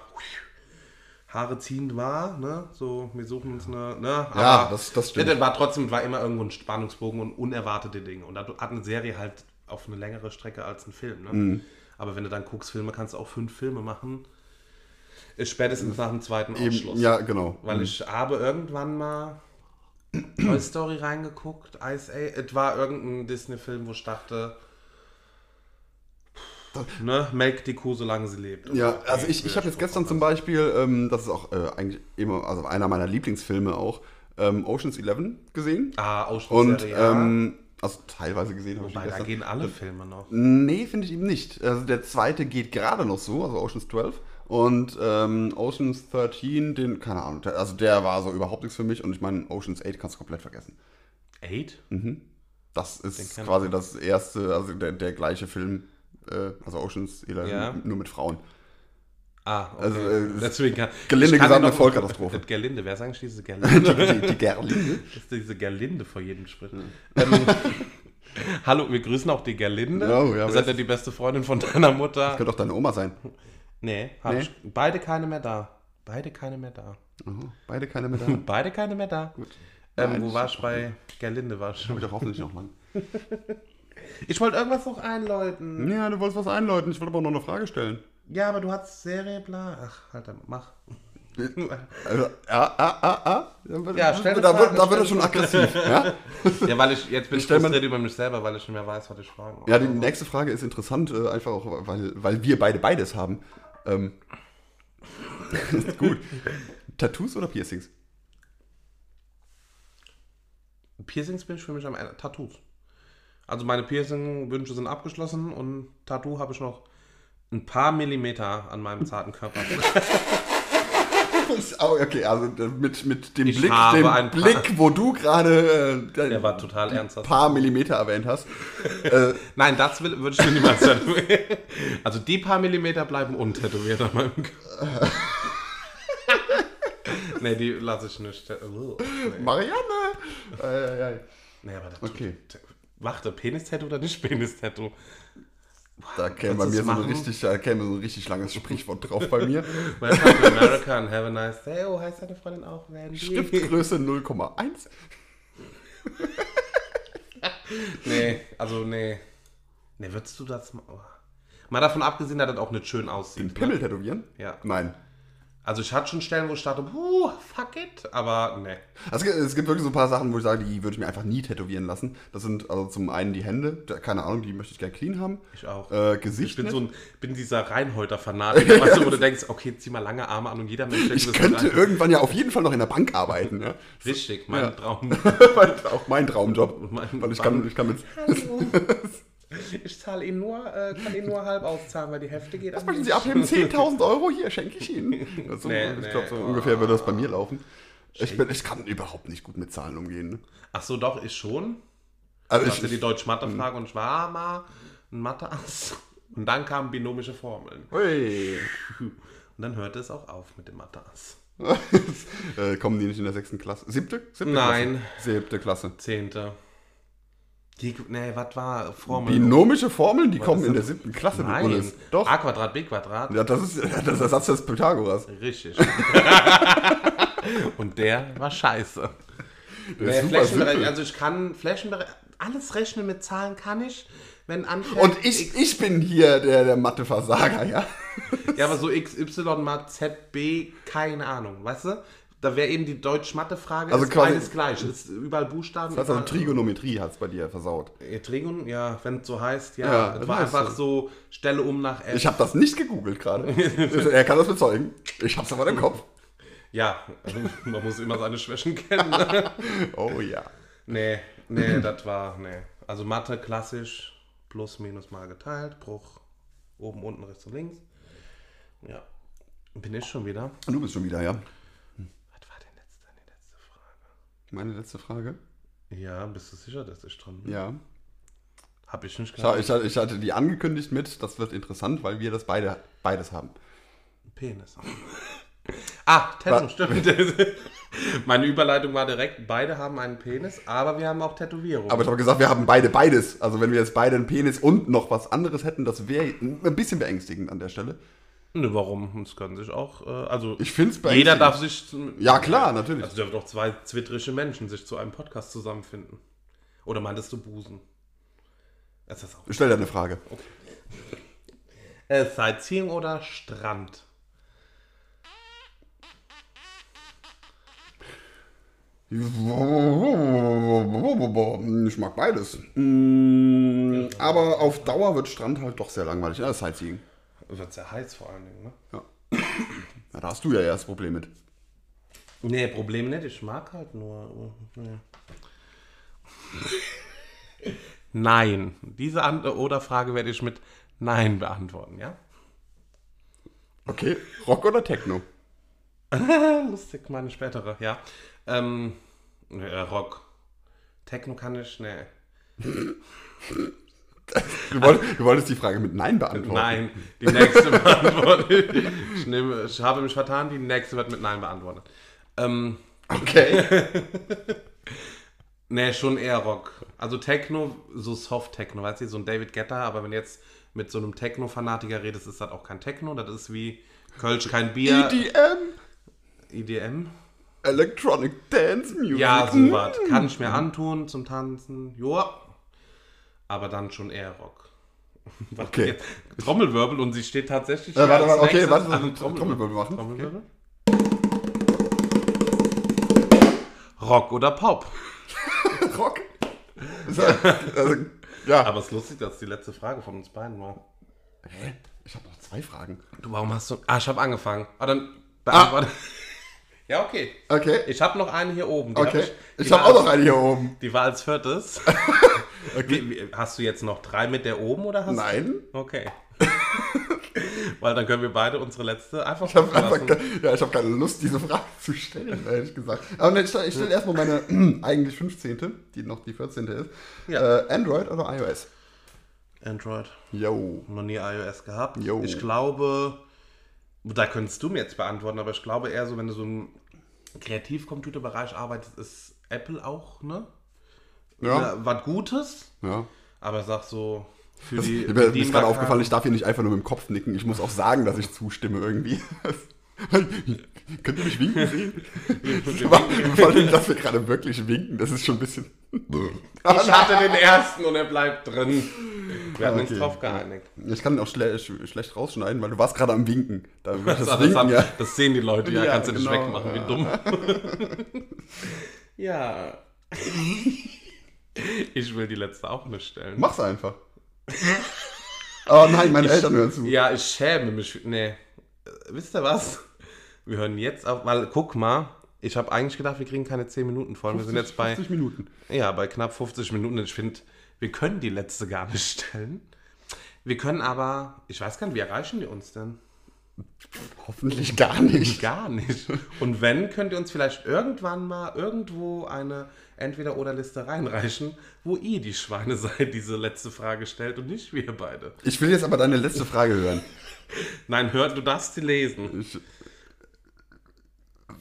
Speaker 2: Haare ziehend war, ne? So, wir suchen uns eine, ne?
Speaker 1: Ja, das- das stimmt.
Speaker 2: Ja, war trotzdem, war immer irgendwo ein Spannungsbogen und unerwartete Dinge. Und da hat eine Serie halt auf eine längere Strecke als ein Film, ne?
Speaker 1: Mhm.
Speaker 2: Aber wenn du dann guckst, Filme, kannst du auch fünf Filme machen. Ist spätestens nach dem zweiten
Speaker 1: Mhm. Eben,
Speaker 2: Ausschluss.
Speaker 1: ja, genau.
Speaker 2: Weil ich habe irgendwann mal Toy Story reingeguckt, Ice Age. Es war irgendein Disney-Film, wo ich dachte, ne, melk die Kuh, solange sie lebt. Und
Speaker 1: Ja,
Speaker 2: okay,
Speaker 1: also ich,
Speaker 2: will
Speaker 1: ich habe jetzt
Speaker 2: das schon
Speaker 1: gestern
Speaker 2: machen.
Speaker 1: zum Beispiel, ähm, das ist auch äh, eigentlich immer, also einer meiner Lieblingsfilme auch, ähm, Oceans 11 gesehen.
Speaker 2: Ah, Ocean's
Speaker 1: Und,
Speaker 2: Serie, ja.
Speaker 1: ähm, also teilweise gesehen habe ich die
Speaker 2: Wobei, da
Speaker 1: gestern.
Speaker 2: gehen alle Filme noch.
Speaker 1: Nee, finde ich eben nicht. Also der zweite geht gerade noch so, also Oceans 12. Und ähm, Oceans 13, den, keine Ahnung, der, also der war so überhaupt nichts für mich. Und ich meine, Oceans 8 kannst du komplett vergessen. Mhm.
Speaker 2: Eight?
Speaker 1: Das
Speaker 2: Den
Speaker 1: ist
Speaker 2: kenn ich.
Speaker 1: quasi das erste, also der, der gleiche Film, äh, also Oceans 11,
Speaker 2: Ja.
Speaker 1: nur mit Frauen.
Speaker 2: Ah, okay.
Speaker 1: Also, äh,
Speaker 2: Deswegen kann,
Speaker 1: gelinde
Speaker 2: ich kann
Speaker 1: gesagt,
Speaker 2: ihn
Speaker 1: eine
Speaker 2: noch-
Speaker 1: Vollkatastrophe.
Speaker 2: Das Gerlinde, wer ist eigentlich diese
Speaker 1: Die,
Speaker 2: Gerlinde?
Speaker 1: die, ne? Hm. die Gerlinde.
Speaker 2: das ist diese Gerlinde vor jedem Sprit. Ähm, Hallo, wir grüßen auch die Gerlinde.
Speaker 1: Oh, ja,
Speaker 2: Ihr
Speaker 1: aber
Speaker 2: seid
Speaker 1: jetzt-
Speaker 2: ja die beste Freundin von deiner Mutter.
Speaker 1: Könnte auch deine Oma sein.
Speaker 2: Nee, hab
Speaker 1: Nee.
Speaker 2: Ich, beide keine mehr da. Beide keine mehr da.
Speaker 1: Aha, Oh, beide keine mehr da.
Speaker 2: Beide keine mehr da.
Speaker 1: Gut.
Speaker 2: Ähm,
Speaker 1: Nein,
Speaker 2: wo
Speaker 1: ich-
Speaker 2: war ich bei Gerlinde? War ich
Speaker 1: Hab ich doch hoffentlich noch mal.
Speaker 2: ich wollte irgendwas noch einläuten.
Speaker 1: Ja, du wolltest was einläuten. Ich wollte aber noch eine Frage stellen.
Speaker 2: Ja, aber du hast Serie, bla. Ach, halt, dann mach.
Speaker 1: Also, ah, ah, ah, ah. Da wird,
Speaker 2: Ja, stell eine
Speaker 1: da
Speaker 2: Frage,
Speaker 1: wird, da wird
Speaker 2: stell
Speaker 1: er schon aggressiv. ja?
Speaker 2: Ja, weil ich jetzt bin ich
Speaker 1: stell mal-
Speaker 2: frustriert über mich selber, weil ich nicht mehr weiß, was ich fragen wollte.
Speaker 1: Ja, die nächste Frage ist interessant, äh, einfach auch, weil, weil wir beide beides haben. Ähm, ist gut. Tattoos oder Piercings?
Speaker 2: Piercings bin ich für mich am Ende. Tattoos. Also meine Piercing-Wünsche sind abgeschlossen und Tattoo habe ich noch ein paar Millimeter an meinem zarten Körper.
Speaker 1: Oh, okay, also äh, mit, mit dem
Speaker 2: Ich
Speaker 1: Blick,
Speaker 2: habe
Speaker 1: dem
Speaker 2: ein paar-
Speaker 1: Blick, wo du gerade äh,
Speaker 2: Der
Speaker 1: dein
Speaker 2: war total ernsthaft.
Speaker 1: paar Millimeter erwähnt hast.
Speaker 2: Nein, das will, würde ich mir niemals tätowieren. Also die paar Millimeter bleiben untätowiert an meinem Körper. nee, die lasse ich nicht. tä- Ugh, Nee,
Speaker 1: Marianne! Ei, ei, ei.
Speaker 2: nee aber das
Speaker 1: Okay.
Speaker 2: Warte, Penis-Tattoo oder nicht Penis-Tattoo?
Speaker 1: Da käme bei mir
Speaker 2: Kannst du's
Speaker 1: so ein,
Speaker 2: machen?
Speaker 1: richtig, da käme so ein richtig langes Sprichwort drauf bei mir.
Speaker 2: Welcome to America and have a nice day. Oh, heißt deine Freundin auch Randy?
Speaker 1: Schriftgröße 0,1.
Speaker 2: Nee, also nee. Nee, würdest du das mal... Oh. Mal davon abgesehen, dass das auch nicht schön aussieht.
Speaker 1: Pimmel tätowieren?
Speaker 2: Ja.
Speaker 1: Nein.
Speaker 2: Also ich hatte schon Stellen, wo ich dachte, puh, fuck it, aber ne.
Speaker 1: Also, es gibt- es gibt wirklich so ein paar Sachen, wo ich sage, die würde ich mir einfach nie tätowieren lassen. Das sind also zum einen die Hände, da- keine Ahnung, die möchte ich gerne clean haben.
Speaker 2: Ich auch.
Speaker 1: Äh,
Speaker 2: ich
Speaker 1: Gesicht.
Speaker 2: bin
Speaker 1: nicht.
Speaker 2: so ein, bin dieser Reinhäuter-Fanatiker, weißt du, wo du denkst, okay, zieh mal lange Arme an und jeder Mensch denkt,
Speaker 1: ich
Speaker 2: das
Speaker 1: könnte
Speaker 2: ist ein-
Speaker 1: irgendwann ja auf jeden Fall noch in der Bank arbeiten. Ja?
Speaker 2: Richtig, mein
Speaker 1: Ja.
Speaker 2: Traum.
Speaker 1: auch mein Traumjob.
Speaker 2: Mein-
Speaker 1: weil ich kann, ich kann mit.
Speaker 2: Hallo. Ich zahle ihn nur, äh, kann ihn nur halb auszahlen, weil die Hefte geht
Speaker 1: Was möchten Sie abheben? 10.000 Euro? Hier, schenke ich Ihnen. Also,
Speaker 2: Nee,
Speaker 1: ich
Speaker 2: nee.
Speaker 1: glaube, so ungefähr würde das bei mir laufen. Ich, bin, ich kann überhaupt nicht gut mit Zahlen umgehen. Ne?
Speaker 2: Ach so, doch, ich schon.
Speaker 1: Also
Speaker 2: Ich hatte
Speaker 1: ich, Hm.
Speaker 2: die Deutsch-Mathe-Frage und ich war mal ein Mathe-Ass. Und dann kamen binomische Formeln.
Speaker 1: Ui.
Speaker 2: Und dann hörte es auch auf mit dem Mathe-Ass.
Speaker 1: äh, kommen die nicht in der sechsten Klasse? Siebte? Siebte
Speaker 2: Nein.
Speaker 1: Klasse. Siebte Klasse.
Speaker 2: Zehnte. Die, nee, was war Formel?
Speaker 1: Binomische Formeln, die kommen
Speaker 2: ist
Speaker 1: in der
Speaker 2: das?
Speaker 1: siebten Klasse. du
Speaker 2: Nein,
Speaker 1: Bullis. Doch.
Speaker 2: A Quadrat, B Quadrat.
Speaker 1: Ja, das ist das ist der Satz des Pythagoras.
Speaker 2: Richtig. und der war scheiße.
Speaker 1: Der
Speaker 2: Naja,
Speaker 1: ist super
Speaker 2: Flächenbereich,
Speaker 1: simpel.
Speaker 2: also ich kann Flächenbereich, alles rechnen mit Zahlen kann ich, wenn anfängt.
Speaker 1: Und ich, ich bin hier der, der Matheversager, ja?
Speaker 2: Ja, aber so XY mal ZB, keine Ahnung, weißt du? Da wäre eben die Deutsch-Mathe-Frage,
Speaker 1: Also
Speaker 2: ist
Speaker 1: quasi-
Speaker 2: alles gleich, ist überall Buchstaben.
Speaker 1: Das heißt also
Speaker 2: überall-
Speaker 1: Trigonometrie hat es bei dir versaut.
Speaker 2: Ja, Trigon, ja, wenn es so heißt, ja.
Speaker 1: Ja,
Speaker 2: es
Speaker 1: das
Speaker 2: war
Speaker 1: heißt
Speaker 2: einfach so, stelle um nach F.
Speaker 1: Ich habe das nicht gegoogelt gerade. er kann das bezeugen. Ich hab's aber im Kopf.
Speaker 2: ja, man muss immer seine Schwächen kennen. ne?
Speaker 1: Oh ja.
Speaker 2: nee, nee, das war, nee. Also Mathe klassisch, plus, minus, mal geteilt, Bruch, oben, unten, rechts und links. Ja, bin ich schon wieder.
Speaker 1: Du bist schon wieder, ja.
Speaker 2: Was war denn jetzt deine letzte Frage?
Speaker 1: Meine letzte Frage.
Speaker 2: Ja, bist du sicher, dass ich dran bin?
Speaker 1: Ja.
Speaker 2: Hab ich nicht
Speaker 1: Ich, ha- ich, hatte- ich hatte die angekündigt mit, das wird interessant, weil wir das beide beides haben.
Speaker 2: Penis. ah, Tattoo,
Speaker 1: Was?
Speaker 2: stimmt. Meine Überleitung war direkt, beide haben einen Penis, aber wir haben auch Tätowierungen.
Speaker 1: Aber ich habe gesagt, wir haben beide beides. Also wenn wir jetzt beide einen Penis und noch was anderes hätten, das wäre ein bisschen beängstigend an der Stelle.
Speaker 2: Nö, warum? Es können sich auch, äh, also
Speaker 1: Ich finde es beängstigend.
Speaker 2: jeder darf sich... zum-
Speaker 1: Ja, klar, natürlich.
Speaker 2: Also dürfen doch zwei zwitterische Menschen sich zu einem Podcast zusammenfinden. Oder meintest du Busen? Es ist auch...
Speaker 1: Stell dir eine Frage.
Speaker 2: Äh, Sightseeing oder Strand?
Speaker 1: Ich mag beides. Mm, Aber auf Dauer wird Strand halt doch sehr langweilig. Ja, das ist Sightseeing.
Speaker 2: Wird sehr heiß vor allen Dingen, ne?
Speaker 1: Ja, da hast du ja erst Problem mit.
Speaker 2: Nee, Problem nicht. Ich mag halt nur. Nee. Nein. Diese An oder Frage werde ich mit Nein beantworten, ja?
Speaker 1: Okay, Rock oder Techno?
Speaker 2: Lustig, meine spätere, ja. Ähm, nee, äh, Rock. Techno kann ich, nee.
Speaker 1: Du wolltest, du wolltest die Frage mit Nein beantworten.
Speaker 2: Nein, die nächste beantworte ich. Ich nehme, ich habe mich vertan, die nächste wird mit Nein beantwortet. Ähm,
Speaker 1: Okay.
Speaker 2: Nee, schon eher Rock. Also Techno, so Soft-Techno, weißt du, so ein David Guetta, aber wenn du jetzt mit so einem Techno-Fanatiker redest, ist das auch kein Techno, das ist wie Kölsch kein
Speaker 1: E
Speaker 2: Bier,
Speaker 1: EDM,
Speaker 2: EDM.
Speaker 1: Electronic Dance Music. Hm?
Speaker 2: Ja, so was. Kann ich mir antun zum Tanzen, joa. Aber dann schon eher Rock. Warte,
Speaker 1: Okay.
Speaker 2: jetzt Trommelwirbel und sie steht tatsächlich.
Speaker 1: Äh, warte,
Speaker 2: als
Speaker 1: warte, okay,
Speaker 2: nächstes
Speaker 1: warte,
Speaker 2: an
Speaker 1: warte,
Speaker 2: einem Trommelwirbel.
Speaker 1: Trommelwirbel machen.
Speaker 2: Trommelwirbel. Rock oder Pop?
Speaker 1: Okay. Rock. So, also, ja.
Speaker 2: Aber es ist lustig, dass die letzte Frage von uns beiden war.
Speaker 1: Hä? Ich habe noch zwei Fragen.
Speaker 2: Du, warum hast du. Ah, ich habe angefangen. Ah, dann beantworte. Ja, okay.
Speaker 1: Okay.
Speaker 2: Ich habe noch eine hier oben. Die hab
Speaker 1: Okay.
Speaker 2: die
Speaker 1: Ich habe
Speaker 2: war
Speaker 1: auch noch
Speaker 2: als,
Speaker 1: eine hier oben.
Speaker 2: Die war als viertes. wie, wie, hast du jetzt noch drei mit der oben oder hast
Speaker 1: Nein.
Speaker 2: du. Okay. Weil dann können wir beide unsere letzte einfach
Speaker 1: Ich habe
Speaker 2: offen lassen.
Speaker 1: einfach, ke- ja, ich habe keine Lust, diese Frage zu stellen, ehrlich gesagt. Aber ne, ich stelle stell erstmal meine eigentlich 15., die noch die 14. ist.
Speaker 2: Ja.
Speaker 1: Äh, Android oder iOS?
Speaker 2: Android.
Speaker 1: Yo.
Speaker 2: Noch nie iOS gehabt.
Speaker 1: Jo.
Speaker 2: Ich glaube, da könntest du mir jetzt beantworten, aber ich glaube eher so, wenn du so im Kreativcomputerbereich arbeitest, ist Apple auch, ne?
Speaker 1: Ja.
Speaker 2: Na, Was Gutes.
Speaker 1: Ja.
Speaker 2: Aber sag so, für
Speaker 1: Das,
Speaker 2: die.
Speaker 1: mir mir ist gerade
Speaker 2: Bedienbarkeit-
Speaker 1: aufgefallen, ich darf hier nicht einfach nur mit dem Kopf nicken. Ich muss auch sagen, dass ich zustimme irgendwie. Könnt ihr mich winken sehen?
Speaker 2: wir
Speaker 1: Aber Vor allem, dass wir gerade wirklich winken, das ist schon ein bisschen.
Speaker 2: Ich hatte den ersten und er bleibt drin. Wir hatten
Speaker 1: Ah, Okay.
Speaker 2: uns drauf geeinigt.
Speaker 1: Ich kann ihn auch schle sch schlecht rausschneiden, weil du warst gerade am Winken. Da das
Speaker 2: Also, Das,
Speaker 1: Winken,
Speaker 2: haben,
Speaker 1: ja.
Speaker 2: das sehen die Leute, ja,
Speaker 1: Ja,
Speaker 2: kannst du nicht
Speaker 1: genau,
Speaker 2: wegmachen,
Speaker 1: ja.
Speaker 2: wie dumm. ja. Ich will die letzte auch nicht stellen.
Speaker 1: Mach's einfach. Oh nein, meine Eltern hören zu.
Speaker 2: Ja, ich schäme mich. für- Nee. Äh, Wisst ihr was? Wir hören jetzt auf, weil guck mal, ich habe eigentlich gedacht, wir kriegen keine 10 Minuten voll. Wir sind jetzt bei,
Speaker 1: 50 Minuten.
Speaker 2: ja, bei knapp 50 Minuten. Ich finde, wir können die letzte gar nicht stellen. Wir können aber, ich weiß gar nicht, wie erreichen wir uns denn?
Speaker 1: Hoffentlich gar nicht.
Speaker 2: Gar nicht. Und wenn, könnt ihr uns vielleicht irgendwann mal irgendwo eine Entweder-Oder-Liste reinreichen, wo ihr die Schweine seid, diese letzte Frage stellt und nicht wir beide.
Speaker 1: Ich will jetzt aber deine letzte Frage hören.
Speaker 2: Nein, hört, du darfst sie lesen.
Speaker 1: Ich,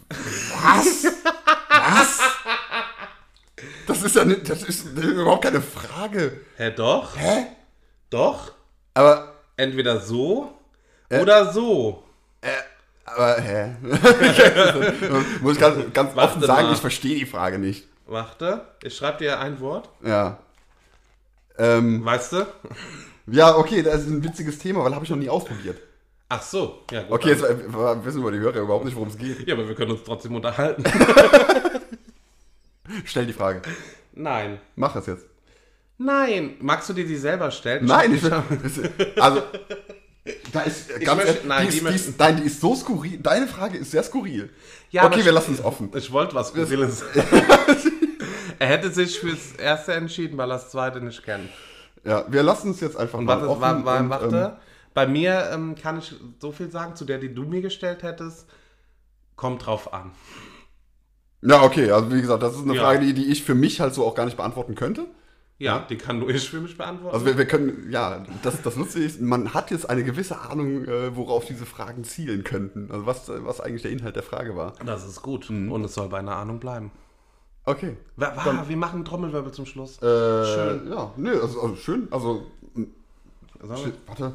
Speaker 1: was? Was? Das ist ja nicht, das ist überhaupt keine Frage.
Speaker 2: Hä, doch?
Speaker 1: Hä?
Speaker 2: Doch?
Speaker 1: Aber,
Speaker 2: Entweder so
Speaker 1: Äh.
Speaker 2: oder so.
Speaker 1: aber, hä? Muss ich ganz, ganz
Speaker 2: Warte
Speaker 1: offen sagen,
Speaker 2: mal.
Speaker 1: ich verstehe die Frage nicht.
Speaker 2: Warte, ich schreibe dir ein Wort.
Speaker 1: Ja. Ähm,
Speaker 2: Weißt du?
Speaker 1: ja, okay, das ist ein witziges Thema, weil habe ich noch nie ausprobiert.
Speaker 2: Ach so, ja gut.
Speaker 1: Okay, jetzt äh, wissen wir die Hörer überhaupt nicht, worum es geht.
Speaker 2: Ja, aber wir können uns trotzdem unterhalten.
Speaker 1: Stell die Frage.
Speaker 2: Nein.
Speaker 1: Mach das jetzt.
Speaker 2: Nein. Magst du dir die selber stellen?
Speaker 1: Nein, ich Also, da ist äh, ganz
Speaker 2: möchte-
Speaker 1: ehrlich, die,
Speaker 2: nein, die
Speaker 1: ist, die,
Speaker 2: möchten-
Speaker 1: ist, nein, die ist so skurril. Deine Frage ist sehr skurril.
Speaker 2: Ja, aber
Speaker 1: okay, wir
Speaker 2: ich-
Speaker 1: lassen es offen.
Speaker 2: Ich wollte was Skurriles. er hätte sich fürs Erste entschieden, weil er das Zweite nicht kennt.
Speaker 1: Ja, wir lassen es jetzt einfach
Speaker 2: Und
Speaker 1: mal
Speaker 2: warte,
Speaker 1: offen.
Speaker 2: wa- wa-
Speaker 1: und,
Speaker 2: warte. Bei mir ähm, kann ich so viel sagen, zu der, die du mir gestellt hättest. Kommt drauf an.
Speaker 1: Ähm, ja, okay, also wie gesagt, das ist eine
Speaker 2: Ja.
Speaker 1: Frage, die, die ich für mich halt so auch gar nicht beantworten könnte.
Speaker 2: Ja, die kann nur ich für mich beantworten.
Speaker 1: Also wir, wir können, ja, das, das nutze ich. Man hat jetzt eine gewisse Ahnung, äh, worauf diese Fragen zielen könnten. Also was, äh, was eigentlich der Inhalt der Frage war.
Speaker 2: das ist gut. Und es soll bei einer Ahnung bleiben.
Speaker 1: Okay.
Speaker 2: Wa- wa- Wir machen einen Trommelwirbel zum Schluss.
Speaker 1: Äh,
Speaker 2: Schön.
Speaker 1: Ja, nö, also, also schön. Also,
Speaker 2: Sagen wir-
Speaker 1: schön, warte.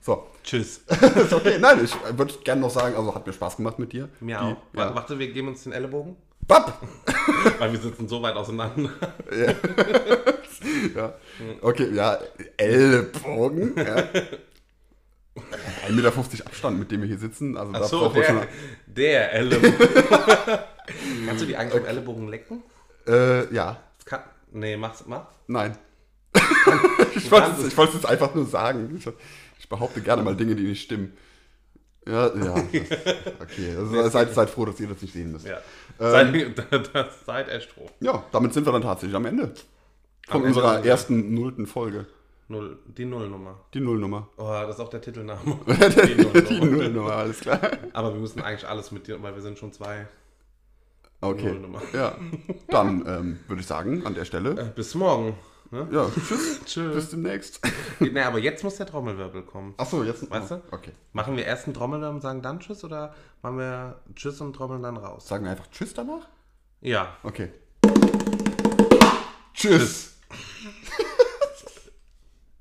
Speaker 1: So.
Speaker 2: Tschüss.
Speaker 1: ist okay. Nein, ich würde gerne noch sagen, also hat mir Spaß gemacht mit dir.
Speaker 2: Mir
Speaker 1: Die-
Speaker 2: auch. Wa-
Speaker 1: Ja.
Speaker 2: Warte, wir geben uns den Ellenbogen,
Speaker 1: Bap!
Speaker 2: weil wir sitzen so weit auseinander.
Speaker 1: Ja. Okay, ja, Ellbogen. Ja. 1,50 Meter Abstand, mit dem wir hier sitzen. Also da
Speaker 2: Achso,
Speaker 1: braucht man
Speaker 2: der,
Speaker 1: schon.
Speaker 2: der Ellenbogen. Kannst du die eigentlich am Ellenbogen lecken?
Speaker 1: Äh, ja,
Speaker 2: Das Kann, nee, mach's, mach.
Speaker 1: nein. ich wollte
Speaker 2: kannst
Speaker 1: es
Speaker 2: es.
Speaker 1: ich wollte es jetzt einfach nur sagen. Ich, ich behaupte gerne mal Dinge, die nicht stimmen. Ja, ja. Das, okay, also seid, seid froh, dass ihr das nicht sehen müsst.
Speaker 2: Ja. seid, das, seid echt froh.
Speaker 1: Ja, damit sind wir dann tatsächlich am Ende. Von
Speaker 2: Am Ende
Speaker 1: unserer
Speaker 2: sind wir-
Speaker 1: ersten nullten Folge.
Speaker 2: Null, die Nullnummer.
Speaker 1: Die Nullnummer.
Speaker 2: Oh, das ist auch der Titelname.
Speaker 1: Die Nullnummer, alles klar.
Speaker 2: Aber wir müssen eigentlich alles mit dir, weil wir sind schon zwei.
Speaker 1: Okay.
Speaker 2: Nullnummer.
Speaker 1: Ja. Dann ähm, würde ich sagen, an der Stelle.
Speaker 2: Äh, Bis morgen. Ne?
Speaker 1: Ja, tschüss. Bis
Speaker 2: Tschüss.
Speaker 1: demnächst.
Speaker 2: nee, aber jetzt muss der Trommelwirbel kommen.
Speaker 1: Achso, jetzt.
Speaker 2: Weißt du?
Speaker 1: Okay.
Speaker 2: Machen wir erst einen Trommelwirbel und sagen dann Tschüss oder machen wir Tschüss und trommeln dann raus?
Speaker 1: Sagen wir einfach Tschüss danach?
Speaker 2: Ja.
Speaker 1: Okay. Tschüss.